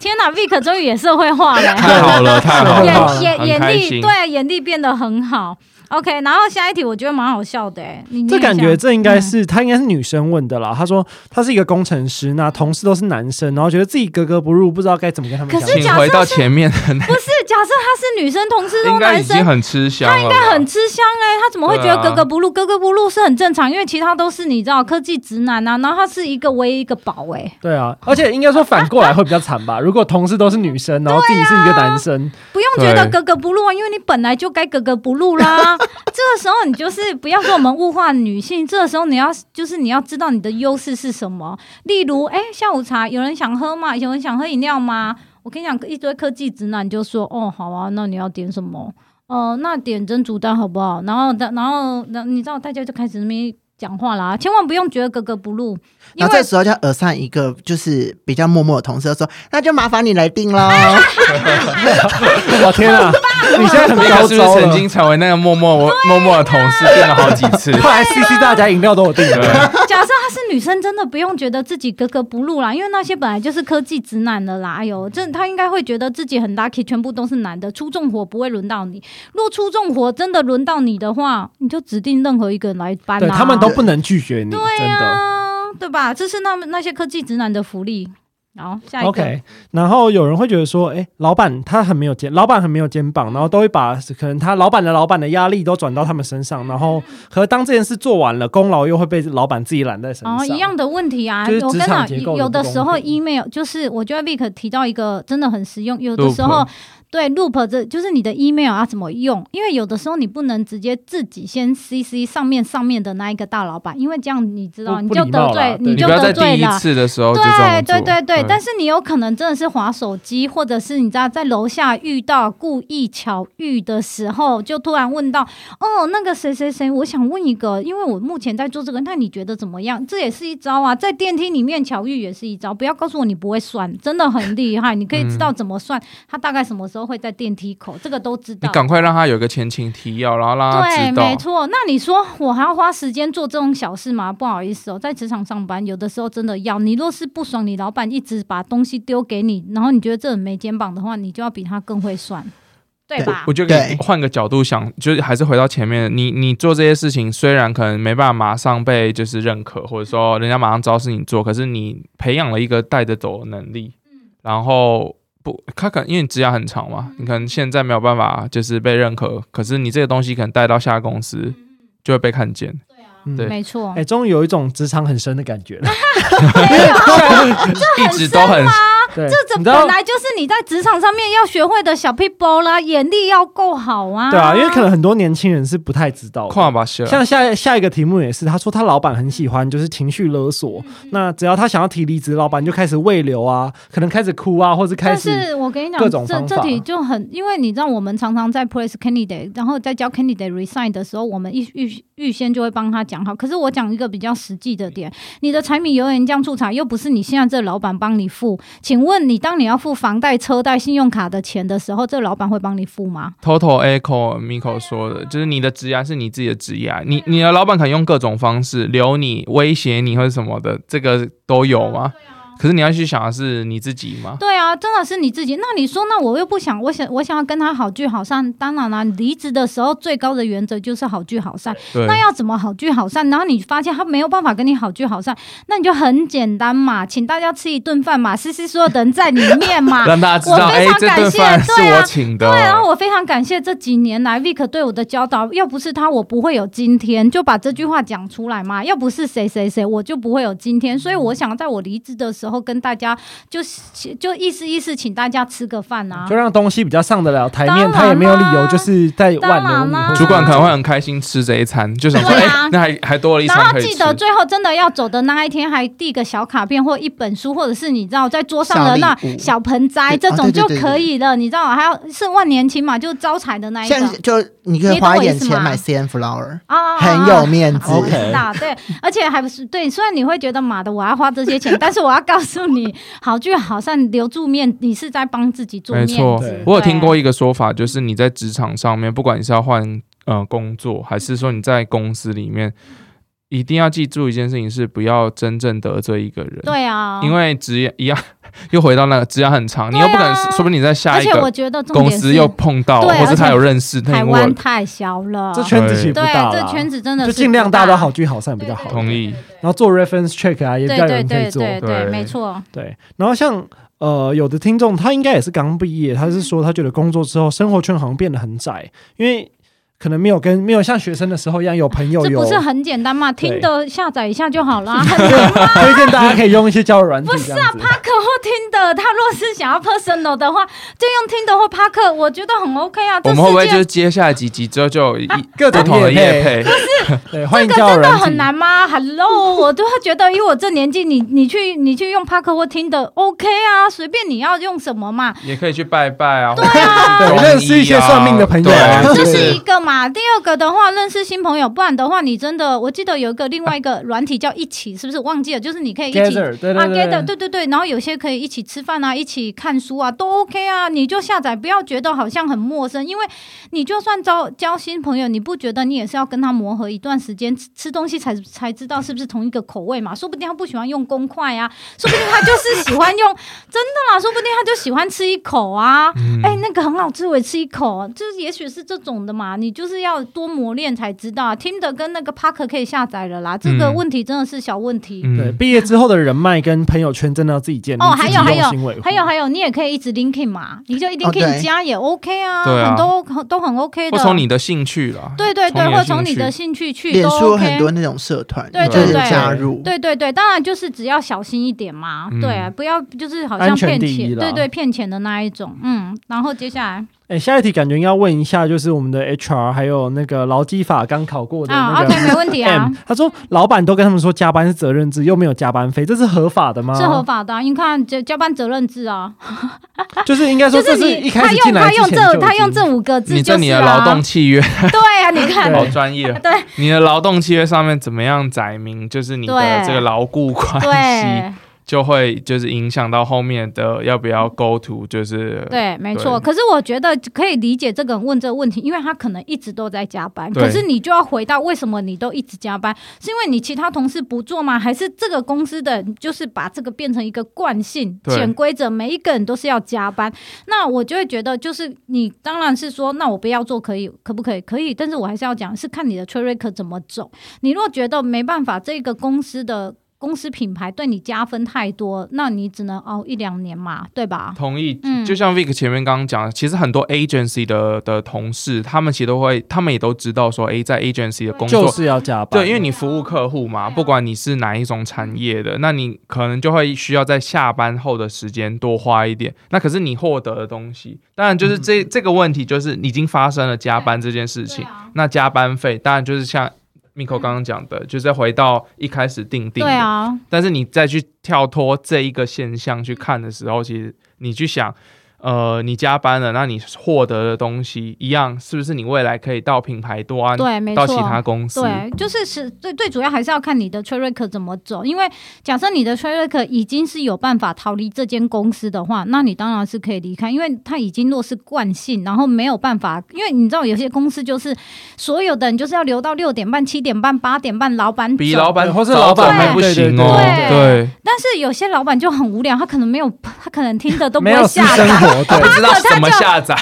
天哪，Vick 终于也社会化 了，
太好了，太好
对
了，
眼眼
很
眼
开
力
心。
对眼力变得很好。OK，然后下一题我觉得蛮好笑的、欸，你
这
念一
感
下
觉这应该是她应该是女生问的啦。她说她是一个工程师，那同事都是男生，然后觉得自己格格不入，不知道该怎么跟他们
可
相
是
处。
请回到前面的那
不是假设他是女生，同事都
应
是
该已
男
经
生，
很吃香了吧，
他很吃香哎、他怎么会觉得格格不入？格格不入是很正常，因为其他都是你知道科技直男啊，然后他是一个唯一一个宝哎、
对啊，而且应该说反过来会比较惨 吧。如果同事都是
啊
女生，然后自己是一个男生，
不用觉得格格不入啊，因为你本来就该格格不入啦。 这时候你就是不要说我们物化女性，这时候你要就是你要知道你的优势是什么。例如，哎、下午茶有人想喝吗？有人想喝饮料吗？我跟你讲，一堆科技直男就说，哦，好啊，那你要点什么？哦、那点珍珠蛋好不好？然后，然后，然后你知道大家就开始那边讲话啦，千万不用觉得格格不入，因
然后这
为
时候就要耳上一个就是比较默默的同事就说，那就麻烦你来 定喽。
我天啊，你现在很
那
高
个是不
招
是曾
了。
经成为那个默默
啊
我默默的同事，变了好几 次？
后来 CC 大家饮料都有订
对
了，
假设她是女生，真的不用觉得自己格格不入啦，因为那些本来就是科技直男的啦。哎
嗯
呦，这她应该会觉得自己很 lucky，全部都是男的，出重活不会轮到你。若出重活真的轮到你的话，你就指定任何一个人来搬
对
啦、
他们都不能拒绝你，真的。
啊，对吧？这是他们那些科技直男的福利。好，下一个
OK，然后有人会觉得说，哎，老板他很没有肩，老板很没有肩膀，然后都会把可能他老板的老板的压力都转到他们身上，然后可是当这件事做完了，功劳又会被老板自己揽在身上。
哦，一样的问题啊。
就是
我
职
跟你
场
讲，
结构
有
的
的
不
时
公
候
平
email 就是，我觉得 Vic 提到一个真的很实用，有的时
Looper
候。对，loop 这就是你的 email 要怎么用？因为有的时候你不能直接自己先 CC 上面上面的那一个大老板，因为这样你知道
不
你
不
就
礼
得
貌啦
罪，
对
你
你
就
不要在
得
第
罪
一
了。
次的时候就这
对
样做
对对对，但
是
是你有可能真的是划手机，或者是你知道在楼下遇到故意巧遇的时候，就突然问到哦，那个谁谁谁，我想问一个，因为我目前在做这个，那你觉得怎么样？这也是一招啊，在电梯里面巧遇也是一招，不要告诉我你不会算，真的很厉害，你可以知道怎么算，他大概什么时候会在电梯口，这个都知
你
道。
赶快让他有个前情提要，然后让他
对，
知道
没。错。那你说我还要花时间做这种小事吗？不好意思哦，在职场上班，有的时候真的要。你若是不爽你老板一直把东西丢给你，然后你觉得这人没肩膀的话，你就要比他更会算，对吧？
我就给你
对
换个角度想，就是还是回到前面，你你做这些事情，虽然可能没办法马上被就是认可，或者说人家马上知道是你做，可是你培养了一个带得走的能力，然后不，他可能因为你职涯很长嘛，你可能现在没有办法就是被认可，可是你这个东西可能带到下公司就会被看见，
嗯
对
没错。
哎，终于有一种职场很深的感觉了。
一直都很
对，
啊这这
你知道
本来就是你在职场上面要学会的小 people 啦，眼力要够好啊。
对啊，因为可能很多年轻人是不太知道的。
跨啊把线。
像下下一个题目也是，他说他老板很喜欢就是情绪勒
嗯
索，那只要他想要提离职，老板就开始喂流啊，可能开始哭啊，或是开
但
始
是我跟你
各
讲，
种
这
方
这
法
题就很，因为你知道，我们常常在 press candidate，然后在教 candidate resign 的时候，我们预预预先就会帮他讲好。可是我讲一个比较实际的点，你的柴米油盐酱醋茶又不是你现在这老板帮你付，请问你当你要付房贷、车贷、信用卡的钱的时候，这老板会帮你付吗？
Total Echo Miko 说
嗯
的，就是你的职涯是你自己的职涯，你你的老板可能用各种方式留你、威胁你或者什么的，这个都有吗？
啊
可是你要去想的是你自己嘛。
对啊，真的是你自己。那你说，那我又不想，我想我想要跟他好聚好散。当然啦，离职的时候最高的原则就是好聚好散。
对，
那要怎么好聚好散？然后你发现他没有办法跟你好聚好散，那你就很简单嘛，请大家吃一顿饭嘛，C C 所有的人在里面 嘛。
让大家知道，
我
哎
非常，
这
感
顿
谢
饭是
对啊
我请的哦
对，然后我非常感谢这几年来 Vic 对我的教导，要不是他，我不会有今天，就把这句话讲出来嘛。要不是谁谁谁，我就不会有今天。所以我想在我离职的时候跟大家就就意思意思，请大家吃个饭啊
就。让东西比较上得了台
当
面，
然
他也没有理由
啦
就是在
当
挽留
然
你
啦
或者。
主管可能会很开心吃这一餐，就想说，
对
哎
啊，
那还还多了一
然
餐
后
可以
记
吃。
得最后真的要走的那一天，还递个小卡片或一本书，或者是你知道在桌上的那
小礼物
小盆栽
对
这
哦
种
对对
就
对对
可以了，你知道？还有是万年青嘛，就是招财的那一
像
种。
就你可以花一点
你懂我意思
钱
吗
买 CN flower，
啊，
很有面子。
我知道，对，而且还不是对。虽然你会觉得妈的，我要花这些钱，但是我要告诉你，好聚好散，留住面，你是在帮自己做
没
面
错
子。
我有听过
对
一个说法，就是你在职场上面，不管你是要换
啊
呃工作，还是说你在公司里面，一定要记住一件事情，是不要真正得罪一个人。
对啊，
因为职业一样，又回到那个职业很长，你又不可能，
对啊
说不定你在下
而
一
且我
个
觉得重
公
点
司
是
又碰到，
对
或是
而
他
且
有认识，他
台
因为
湾
我
太小了，
这圈子其实不
对
大
这
啦
圈子真的
就是尽量
不
大家
大
都好。聚好散比较好。
同意。
然后做 reference check 啊，也比
对
较有
对
人可以
对
做。
对对，
对
没错。
对，然后像呃，有的听
嗯
众他应该也是刚毕业，他是说他觉得工作之后生活圈好像变得很窄，因为可能没有跟没有像学生的时候一样有朋友
这
有
不是很简单嘛？
对
听的下载一下就 好啦。很啊
推荐大家可以用一些交友软体这样子。
帕克或听的，他若是想要 personal 的话，就用听的或帕克，我觉得很 OK 啊。
我
这
们会不会
世
就是
界啊
接下来几集之后就有一
各种
不同的
业
业配？
对，欢
这
迎
个
交友
真的
软体。
很难吗？Hello，我都会觉得，以我这年纪，你你去你去用帕克或听的 OK 啊，随便你要用什么 嘛。
也可以去拜拜啊，对
对认识一些算命的朋友啊
啊对
这
对
是一个嘛，第二个的话，认识新朋友，不然的话，你真的，我记得有一个另外一个软体叫一起，是不是忘记了？就是你可以一起
Gather，对
啊
对
，gather，对
对，
对对，然后有些可以一起吃饭啊，一起看书啊，都 OK 啊，你就下载，不要觉得好像很陌生，因为你就算交交新朋友，你不觉得你也是要跟他磨合一段时间，吃吃东西才才知道是不是同一个口味嘛？说不定他不喜欢用公筷
嗯
啊，说不定他就是喜欢用真的啦，说不定他就喜欢吃一口啊，
嗯
嗯
哎、那个很好吃，我也吃一口，就是也许是这种的嘛，你就是要多磨练才知道、啊。听的跟那个 Park 可以下载了啦，这个
嗯
问题真的是小问题。
对，
嗯，
毕业之后的人脉跟朋友圈真的要自己建立，
哦，还有
自
还
己用心维
有
护
还有还有，你也可以一直 linking 嘛，你就一定
哦
linking
对
加也 OK 啊，
对啊
很都很都很 OK 的。
或从你的兴趣啦，
对对对，
的
或从
兴
你的
趣
兴趣去
脸
都
书有很
OK
多。那种社团，
对
你就是
对对
加入。
对对对，当然就是只要小心一点嘛，
嗯
对啊，不要就是好像
安全
骗
第一
钱，
啦
对对骗钱的那一种，嗯。然后接下来
哎、下一题感觉应该要问一下，就是我们的 HR 还有那个劳基法刚考过的
啊
那
，OK
个
没问题啊
M，、，他说老板都跟他们说加班是责任制，又没有加班费，这是合法的吗？
是合，法的啊。你看这交班责任制啊，
就是应该说
就
这
是
是一
你
开
他
始进
用
来
他
之
用
前就已
这
经
他用这五个字
你
就
这
是
你的劳
啊
动，契约
对啊，你 看
对
好专业，
对，
你的劳动契约上面怎么样载明，就是你的
对
这个牢固关系，
对。
就会就是影响到后面的要不要 go to，就是
嗯对，没错。可是我觉得可以理解这个人问这个问题，因为他可能一直都在加班。
对
可是你就要回到为什么你都一直加班？是因为你其他同事不做吗？还是这个公司的就是把这个变成一个惯性、
对
潜规则，每一个人都是要加班？那我就会觉得，就是你当然是说，那我不要做可以，可不可以？可以，但是我还是要讲，是看你的 track record 怎么走。你若觉得没办法，这个公司的。公司品牌对你加分太多，那你只能熬一两年嘛，对吧？
同意，
嗯
就像 Vic 前面刚刚讲的，其实很多 agency 的的同事，他们其实都会，他们也都知道说，诶，在 agency 的工作，
就是要加班，
对，因为你服务客户
啊
嘛，不管你是哪一种产业的，那你可能就会需要在下班后的时间多花一点。那可是你获得的东西，当然
嗯
就是这、这个问题，就是已经发生了加班这件事情。
啊，
那加班费，当然就是像 Miko 刚刚讲的，就是回到一开始定定
对
的。
啊，
但是你再去跳脱这一个现象去看的时候，其实你去想，呃，你加班了，那你获得的东西一样，是不是你未来可以到品牌端，
对，没错。
到其他公司？
对，就是是最最主要还是要看你的 track record 怎么走，因为假设你的 track record 已经是有办法逃离这间公司的话，那你当然是可以离开，因为它已经若是惯性，然后没有办法，因为你知道有些公司就是所有的人就是要留到六点半、七点半、八点半，老板
比
走
老板
对或是
早
老板
走
们
不
对对
行哦，
对
对，
但是有些老板就很无聊，他可能没有，他可能听的都不
没有
会
私
下
生
载。
活，对
不。知道怎么下载，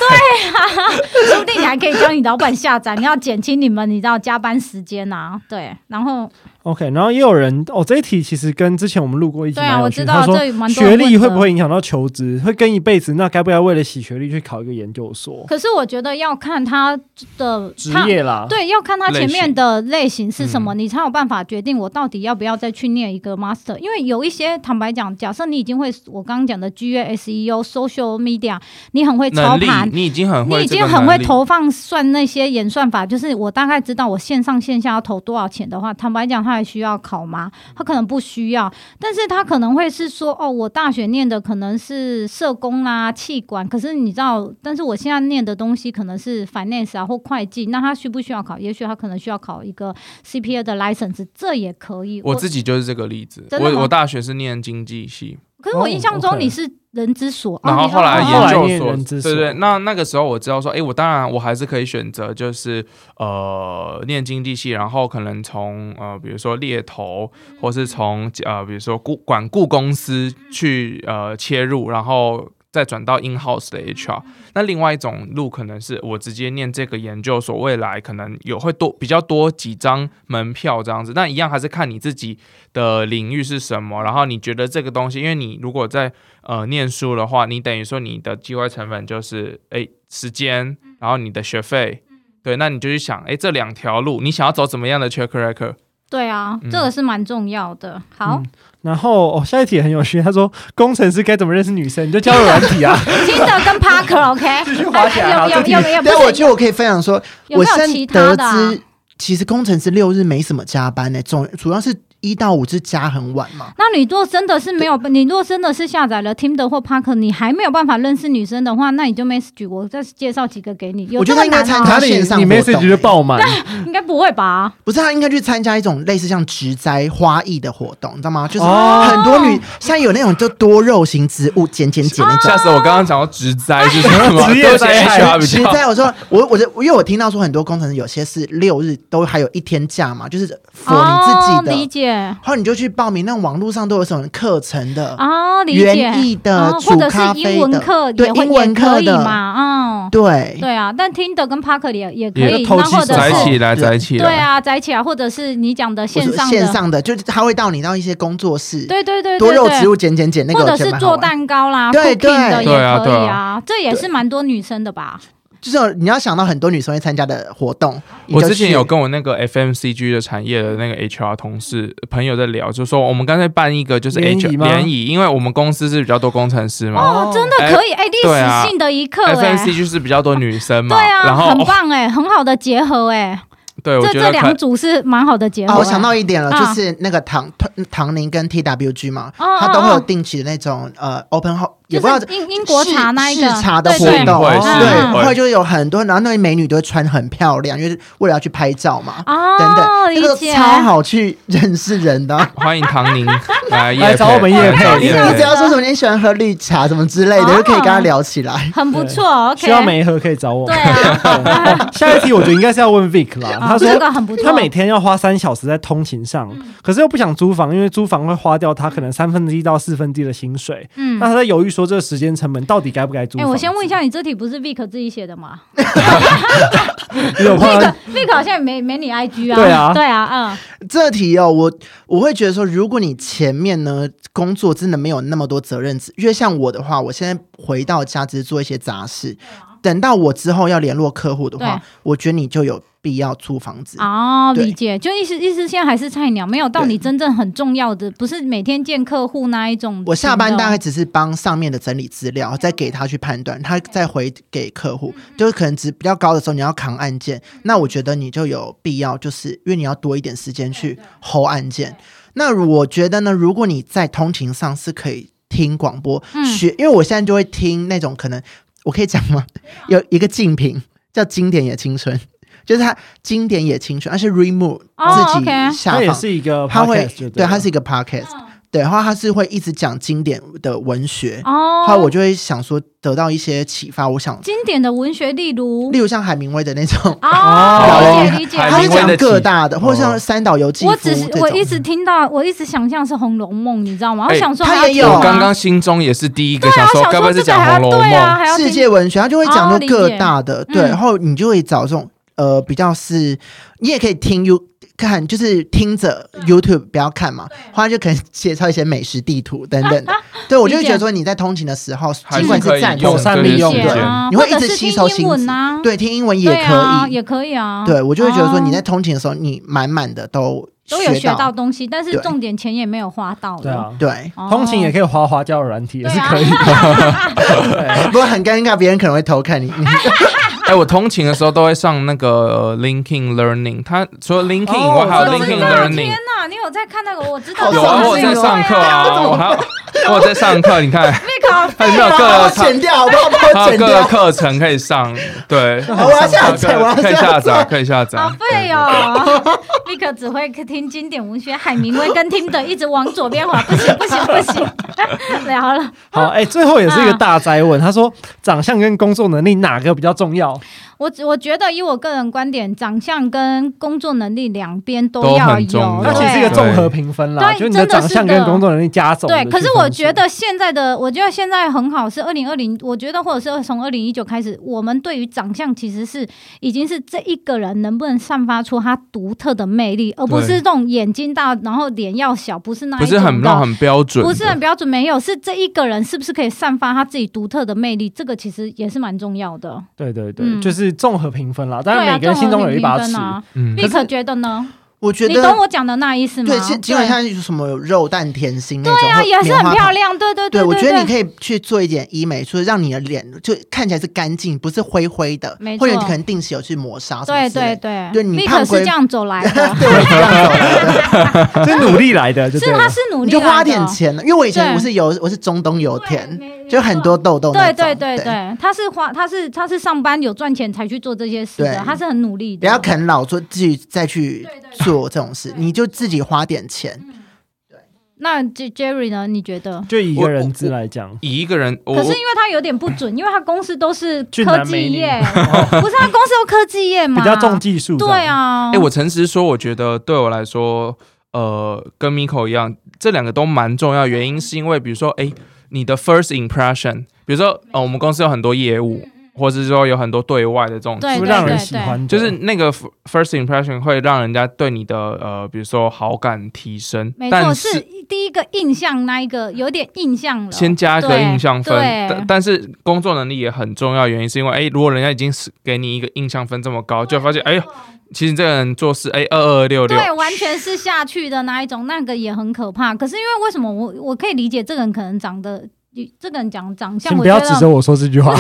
说不定你还可以教你老板下载，你要减轻你们你知道加班时间啊，对，然后
OK，然后也有人哦，这一题其实跟之前我们录过一集
对
蛮
啊，
有
我
趣
知
的，他
道
说
这蛮多人
学历
问
会
的
不会影响到求职？会跟一辈子？那该不该为了洗学历去考一个研究所？
可是我觉得要看他的
职
他
业嗯啦，
对，要看他前面的类型是什么，你才有办法决定我到底要不要再去念一个 master。因为有一些，坦白讲，假设你已经会我刚刚讲的 GA、SEO、social E media，你很会操
能力
盘，
你已经很
你
会，
已经很会。投放算那些演算法，就是我大概知道我线上线下要投多少钱的话，坦白讲，他还需要考吗？他可能不需要，但是他可能会是说，哦，我大学念的可能是社工啦、气管，可是你知道，但是我现在念的东西可能是 finance 啊或会计，那他需不需要考？也许他可能需要考一个 CPA 的 license，这也可以。
我自己就是这个例子，
真的吗
我我大学是念经济系，
可是我印象
哦
中
，OK
你是人之所，
然
哦
后
你
后来
哦
后来
研
念
究
人
所，
资
对
所
对，那那个时候我知道说，诶，我当然我还是可以选择，就是呃念经济系，然后可能从呃比如说猎头，或
嗯
是从呃比如说顾管顾公司去呃切入，然后。再转到 in house 的 HR，那另外一种路可能是我直接念这个研究所，未来可能有会多比较多几张门票这样子，那一样还是看你自己的领域是什么，然后你觉得这个东西，因为你如果在呃念书的
嗯
话，你等于说你的机会成本就是诶时间，然后你的学费。对，那你就去想，哎，这两条路你想要走怎么样的 check record？
对啊，这
嗯
个是蛮重要的。好，
嗯然后哦，下一题也很有趣，他说工程师该怎么认识女生？你就交友软体啊，
听着跟 Parker OK，哎
继续滑起来啊
有有
这题
有有有，不
但
是
我觉得我可以分享说，
有
我
没有
现
其
在
他
得
的啊？
知，其实工程师六日没什么加班呢、总主要是一到五是加很晚嘛。
那你若真的是没有，你若真的是下载了 Tinder 或 Parker，你还没有办法认识女生的话，那你就 Message 我再介绍几个给你。有
我
这么
觉 得他应该
难
参
吗
加？
哪里
线上
你
活动
message 就爆 满，
应该不会吧？
不是，他应该去参加一种类似像植栽花艺的活动，你知道吗？就是
哦
很多女，现在有那种就多肉型植物，剪剪剪那种。
吓死
哦
我！刚刚讲到植栽 是什么？
职业
都是
灾害
HR 比
植
较
栽，我说我我就因为我听到说很多工程师有些是六日都还有一天假嘛，就是 for
哦，
你自
理
己的，
解
然后你就去报名，那网络上都有什么课程的，
啊，理解。
园艺的
哦，、
煮
或者是
咖
英
啡
文
的，
课
对
也会
英文
也可
课
以
的
嘛？嗯，
对
对啊，但 Tinder 跟 Parker 也也可
也
以，
偷
那
鸡
或者
少
摘
跑
是
起来，
对
摘起来。
对啊，摘起来，或者是你讲的
我
线
说
上
线
的，
上的，就是他会到你到一些工作室，
对对对
多
对
肉植
对。
物剪剪剪那个
或
我
者
觉得
是
蛮好
做
玩的，
蛋糕啦、
对
cooking 的也
对
对啊
可
对
以
啊
啊，这也是蛮多女生的吧？
就是你要想到很多女生会参加的活动。你
我
就
之前
去
有跟我那个 FMCG 的产业的那个 HR 同事朋友在聊，就说我们刚才办一个就是
联谊
HR
吗
联谊，因为我们公司是比较多工程师嘛，
哦，真的可以，哎，历
对啊
史性的一刻，哎，
FMC 就是比较多女生嘛，
对啊，
然后
很棒哎，很好的结合哎，
对我
这这
觉得可
两组是蛮好的结合
哦，
哎。
我想到一点了，
啊
就是那个唐唐宁跟 TWG 嘛，
哦哦
他都会有
哦
定期的那种呃 open house，也
就
不知道
是英英国茶那一个
试茶的
对
活
对嗯
是
动，
会
是
对，
会
后来就有很多，然后那些美女都会穿很漂亮，因为为了要去拍照嘛，
哦，
等等，
理
这个
解
超好去认识人 的。
欢迎唐宁来业
来
配
找我们业配
来
对
你
业
对
只
配
要说什么你喜欢喝绿茶什么之类的，
哦
就可以跟他聊起来。
很不错，OK。
需要媒合可以找我
对。啊， 哦
下一题我觉得应该是要问 Vic 啦，他说
这个很不错。嗯
他每天要花三小时在通勤上，可是又不想租房，因为租房会花掉他可能三分之一到四分之一的薪水。
嗯
啊
那，他在犹豫说，这个时间成本到底该不该租
哎、
房子？
我先问一下，你这题不是 Vic 自己写的吗
你有怕
？Vic
他
Vic 好像也没没你 IG 啊。
对啊
对啊，
这题哦，我我会觉得说，如果你前面呢工作真的没有那么多责任制，因为像我的话，我现在回到家只是做一些杂事，等到我之后要联络客户的话
对，
我觉得你就有必要租房子。
嗯，哦，
对
理解。就意思意思，现在还是菜鸟，没有到你真正很重要的，不是每天见客户那一种。
我下班大概只是帮上面的整理资料，再给他去判断，他再回给客户。就是可能值比较高的时候，你要扛案件，那我觉得你就有必要，就是因为你要多一点时间去 hold 案件。那我觉得呢，如果你在通勤上是可以听广播
嗯
学，因为我现在就会听那种可能我可以讲 吗？有一个竞品叫《经典也青春》，就是它《经典也青春》，它是 Remove
哦
自己
OK 哦
下
他也
放
是一个 podcast，
他会
就对
对，
了，
他是一个
嗯
podcast，、对，然后他是会一直讲经典的文学，
哦，
后来我就会想说得到一些启发，我想
经典的文学，例如
例如像海明威的那种，
哦，理
哦
解理解。
海
他
我
是
明威的
讲各
启
大的，或者像
哦
三岛由纪夫
我只是
这
我
种
一直听到，我一直想象是《红楼梦》，你知道吗？
哎
我想说
他
还要
也
听
有啊
吗
啊
我刚刚心中也是第一个想
我
说，
啊想
该不
说
会是
这个
讲《
还要
红楼梦
对》啊，还要
世
听
界文学，他就会讲
哦
到
理
各
解
大的，对，
嗯
然后你就会找这种呃比较是，你也可以听 You 看，就是听着
嗯
YouTube 不要看嘛，后来就可能介绍一些美食地图等等的，对我就会
理解
觉得说你在通勤的时候，
还
尽管
可以
是暂
用
停
友善
这
利
些
用
时
理
的
解
间
啊，
你会一
或者
直
是
吸
听
收
英
新
文
知
啊，
对，听英文也
对
可以，
啊，也可以啊。
对，我就会觉得说你在
哦
通勤的时候，你满满的都
都有学
学
到东西，但是
对
重点钱也没有花到。
对，啊。
对，
哦
通勤也可以花花交友软体也
啊
是可以的，
不过很尴尬，别人可能会偷看你。
哎，我通勤的时候都会上那个 LinkedIn Learning，它除了 LinkedIn 以
哦
外，还有
我知
LinkedIn
道
Learning
天。哪，你有在看那个？我知道，
有
好
啊，
爽
我有在上课啊，我还有我有在上课，你看，
那 个
还有没有各
把我
个
剪掉，好不好？把
它
我
有
剪
各个
掉。
课程可以上，对，
我要下载，我要
可以下
下
载，。可以下载
好。废啊哦！立刻只会听经典文学，海明威跟听的一直往左边滑，不行不行 不行，聊了。
好，哎、最后也是一个
嗯哦
大灾问。他说，长相跟工作能力哪个比较重要？
我只我觉得以我个人观点，长相跟工作能力两边都
都
要
很重
有
要，
它其实是一个综合评分啦，
对
就是你的长相跟工作能力加总。
对，可是我觉
得。
得现在的，我觉得现在很好，是二零二零，我觉得或者是从二零一九开始，我们对于长相其实是已经是这一个人能不能散发出他独特的魅力，而不是
对
这种眼睛大然后脸要小，不是那一
不是很
种
那
的
种很标准的，
不是很标准，没有，是这一个人是不是可以散发他自己独特的魅力，这个其实也是蛮重要的。
对对对，
嗯
就是综合评分啦。当
对
然，
啊
每个人心中有一把
这
尺。
种很平分啊
嗯，
立刻觉得呢？
我觉
你
得
懂我讲的那意思吗？
对，现基本上有什么肉蛋甜心那种，
对啊，
或
也是
棉花
很
糖
漂。亮，对对
对，我
对
觉得你
以
可以去做一点医美，就是让你的脸就看起来是干净，不是灰灰的
没，错
或者你可能定期有去抹砂啊什么
对
之类
对
的。
对，
对你
立
胖
刻
归，
是这样走来的
对，这 样走来的
这努力来的，就是
他是努
你
力
就
来
花
的
点钱，因为我以前
对
我是有我是中东油田，
对
就很多痘痘那
对
种。
对对对，他是花，他是他是上班有赚钱才去做这些事的
对，
他是很努力的。
不要啃老，做自己再去
对对对嗯
做这种事，你就自己花点钱。
那 J- Jerry 呢？你觉得？
就以一个人资来讲，
以一个人，我
可是因
我
为他有点不准，因为他公司都是
俊
科
男美
技
女
业， 不是他公司有科技业嘛？
比较重技术。
对，啊，
哎，我诚实说，我觉得对我来说，呃，跟 Miko 一样，这两个都蛮重要。原因是因为，比如说，哎，你的 first impression，比如说，呃，我们公司有很多业务，或者是说有很多对外的这种
对
是不
对
是让人
对
喜
对，
欢的？
就是那个 f- first impression 会让人家对你的呃，比如说好感提升，
没错，
但
是第一个印象那一个有点印象了。
先加一个
对
印象分，
对
但但是工作能力也很重要，原因是因为哎，如果人家已经是给你一个印象分这么高，就发现哎，其实这个人做事哎二二六六，
对，完全是下去的那一种，那个也很可怕。可是因为为什么我我可以理解这个人可能长得，这个人讲长相，
请
我
不
觉
要
得啊
指着我说这句话。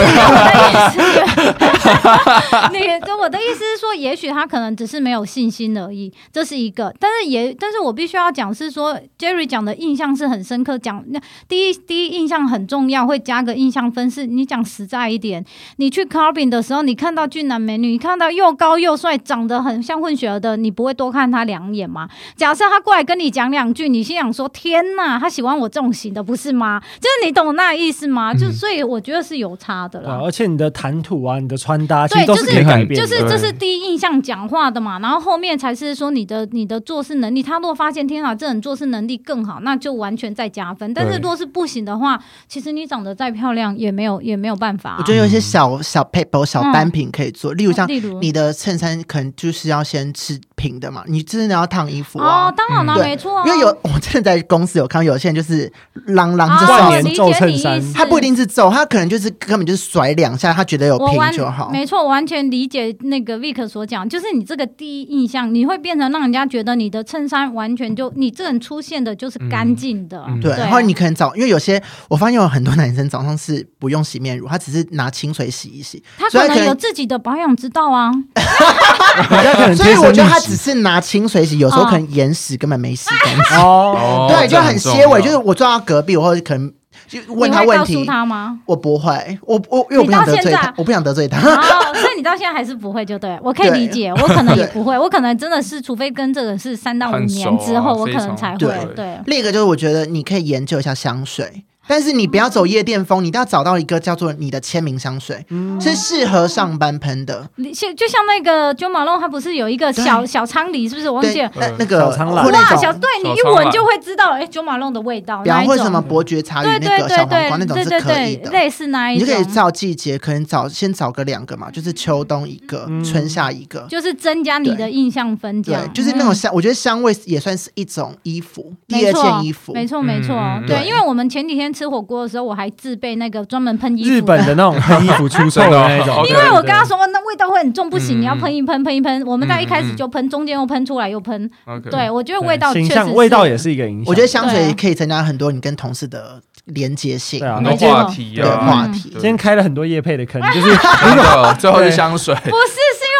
你对我的意思是说，也许他可能只是没有信心而已，这是一个。但是也，但是我必须要讲是说，Jerry 讲的印象是很深刻，讲那第一第一印象很重要，会加个印象分是。你讲实在一点，你去 Carbin 的时候，你看到俊男美女，你看到又高又帅，长得很像混血儿的，你不会多看他两眼吗？假设他过来跟你讲两句，你心想说：天呐，他喜欢我这种型的，不是吗？就是你懂那意思吗？就
嗯
所以我觉得是有差的
对
啦。
啊而且你的谈吐啊，你的穿搭，其
对
实都
就是
可以改变
就
的。
是
对
这是第一印象讲话的嘛，然后后面才是说你的你的做事能力。他若发现天啊，这人做事能力更好，那就完全再加分。但是
对
若是不行的话，其实你长得再漂亮也没有也没有办法啊、
我觉得有一些小小 paper 小
嗯
单品可以做，例如像
例如
你的衬衫可能就是要先吃平的嘛，你真的要烫衣服啊
哦，。当然啦、
嗯对
没错、啊，
因为有 我真的在公司有看到有些人就是啷啷
哦
就
少
我
上
年
理解
皱
你
衬
意
衫
思
他不一定是皱，他可能就是根本就是甩两下，他觉得有
我
平
完
就好。
没错，我完全理解那个 Vic 所讲，就是你这个第一印象，你会变成让人家觉得你的衬衫完全就你这人出现的就是干净的，
嗯
对，
对啊
然后你可能早，因为有些我发现有很多男生早上是不用洗面乳，他只是拿清水洗一洗，
他
所
可
以他可
能
能
有自己的保养之道啊。
人家可能
所以
贴
我
身
觉得他
立
只
即
是拿清水洗，有时候
嗯
可能眼屎根本没洗干 净。
哦，
哦
对，
这
就很
重
些微，
要
就是我坐到隔壁，我或者可能就问
你
他
会
问
告诉
题，
他 吗？
我不会，我我因为我不
你到
想得罪
现
他
在，
我不想得罪他。
哦，所以你到现在还是不会，就对了我可以
对
理解，我可能也
对
不会，我可能真的是，除非跟这个是三到五
很熟
年
啊
之后，我
非
可能
常
才
对
会。对，
另一个就是我觉得你可以研究一下香
嗯
水，但是你不要走夜店风，你一定要找到一个叫做你的签名香水，
嗯
嗯
是适合上班喷的。
你像就像那个 Jo Malone，他不是有一个小
对
小苍梨，是不是？我忘记
对
了，。
那
嗯
那个
小苍兰
或那
哇，小
种，
对你一
小苍兰
闻就会知道，哎，Jo Malone 的味道
比
那
方
一
或
种。
什么伯爵茶
对
与
对
那个
对
小黄瓜那
对
种
对
是
对
可以
对，
的。
类似那一
你就
种，嗯
可以照季节，可能找先找个两个嘛，就是秋冬一个，
嗯
春夏一个。
就是增加你的
对
印象分这
对
样，，
就是
嗯
那种香，我觉得香味也算是一种衣服，第
没
二
错，
件衣服。
没错没错
嗯嗯，嗯，
对，
对
因为我们前几天吃火锅的时候，我还自备那个专门喷衣服的
日本的那种喷 衣服出售的那种
真的
因
哦
为我
对
跟他，说那味道会很重，不行，
嗯
你要喷一喷，喷一喷。我们在一开始就喷，中间又喷出来又喷。
OK
对，我觉得
嗯对
味道确
形
实
象
是
味道也是一个影响。
我觉得香水
对啊
可以增加很多你跟同事的连接性，
对啊
很
没
多
错
话题
的
啊，
话题。
今天开了很多夜配的坑，就是
真 的，最后是香水，
不 是，是因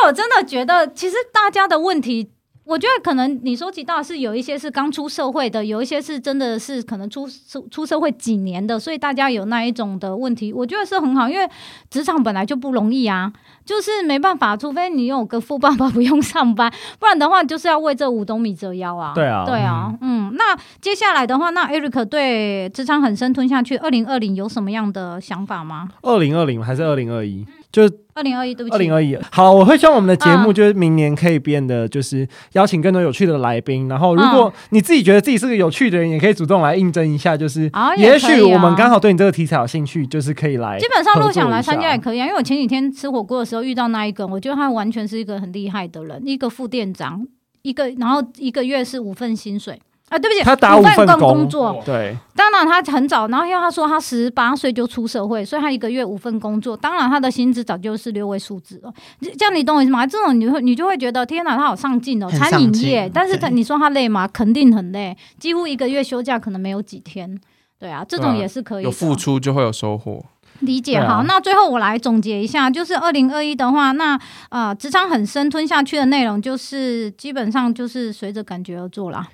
为我真的觉得，其实大家的问题。我觉得可能你收集到的是有一些是刚出社会的，有一些是真的是可能出出出社会几年的，所以大家有那一种的问题，我觉得是很好，因为职场本来就不容易啊， 就是没办法，除非你有个富爸爸不用上班，不然的话就是要为这五斗米折腰啊。
对啊
对啊，嗯，那那接下来的话，那 Eric 对职场很深吞下去，二零二零有什么样的想法吗？
二零二零还是二零二一？就是
二零二一，对不起，
二零二一。好，我会希望我们的节目
嗯
就是明年可以变得，就是邀请更多有趣的来宾。然后，如
嗯
果你自己觉得自己是个有趣的人，也可以主动来应征一下。就是
啊也
也
可以
许
啊
我们刚好对你这个题材有兴趣，就是可以来。
基本上，如果想来
合作
参
一下
加也可以啊，因为我前几天吃火锅的时候遇到那一个，我觉得他完全是一个很厉害的人，一个副店长，一个然后一个月是五份薪水啊，对不起，
他打
五
五份
工
工
工作，
对，
当然他很早，然后因为他说他十八岁就出社会，所以他一个月五份工作，当然他的薪资早就是六位数字了。这这样你懂我意思吗？这种你会你就会觉得天哪，他好上进哦，
很
餐饮业
上进，
但是他
对
你说他累吗？肯定很累，几乎一个月休假可能没有几天。对啊，这
对
种
啊
也是可以的
有付出就会有收获。
理解
对啊
好，那最后我来总结一下，就是二零二一的话，那呃，职场很深吞下去的内容，就是基本上就是随着感觉而做啦。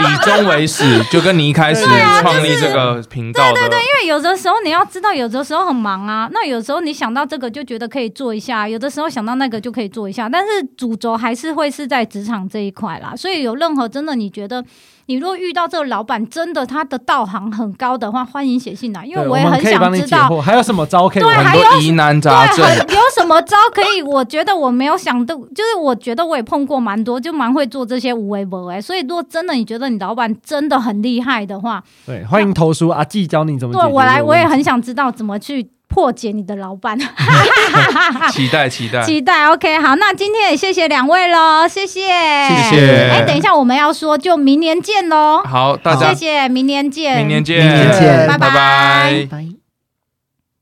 以终为始，就跟你一开始
对啊
创立这个频道的，
因为有的时候你要知道，有的时候很忙啊，那有时候你想到这个就觉得可以做一下，有的时候想到那个就可以做一下，但是主轴还是会是在职场这一块啦。所以有任何真的你觉得。你如果遇到这个老板，真的他的道行很高的话，欢迎写信来，因为
对
我也
们
很
可以
想
帮你
知
解
道
惑。还有什么招可以
对
玩？
还
很
有
多疑难杂
对，啊很
症。
有什么招可以？我觉得我没有想到，就是我觉得我也碰过蛮多，就蛮会做这些无为不为。所以，如果真的你觉得你老板真的很厉害的话，
对，欢迎投书阿季教你怎么解
对
决这个
我
问题。
来我也很想知道怎么去破解你的老板。
期待期待，
期待 OK，好，那今天也谢谢两位喽，谢谢，
谢
哎，等一
谢。
下我们要说，就明年见喽。
好，大
谢
家
谢，明年见，
明年见，
明年见
拜拜
拜拜
拜。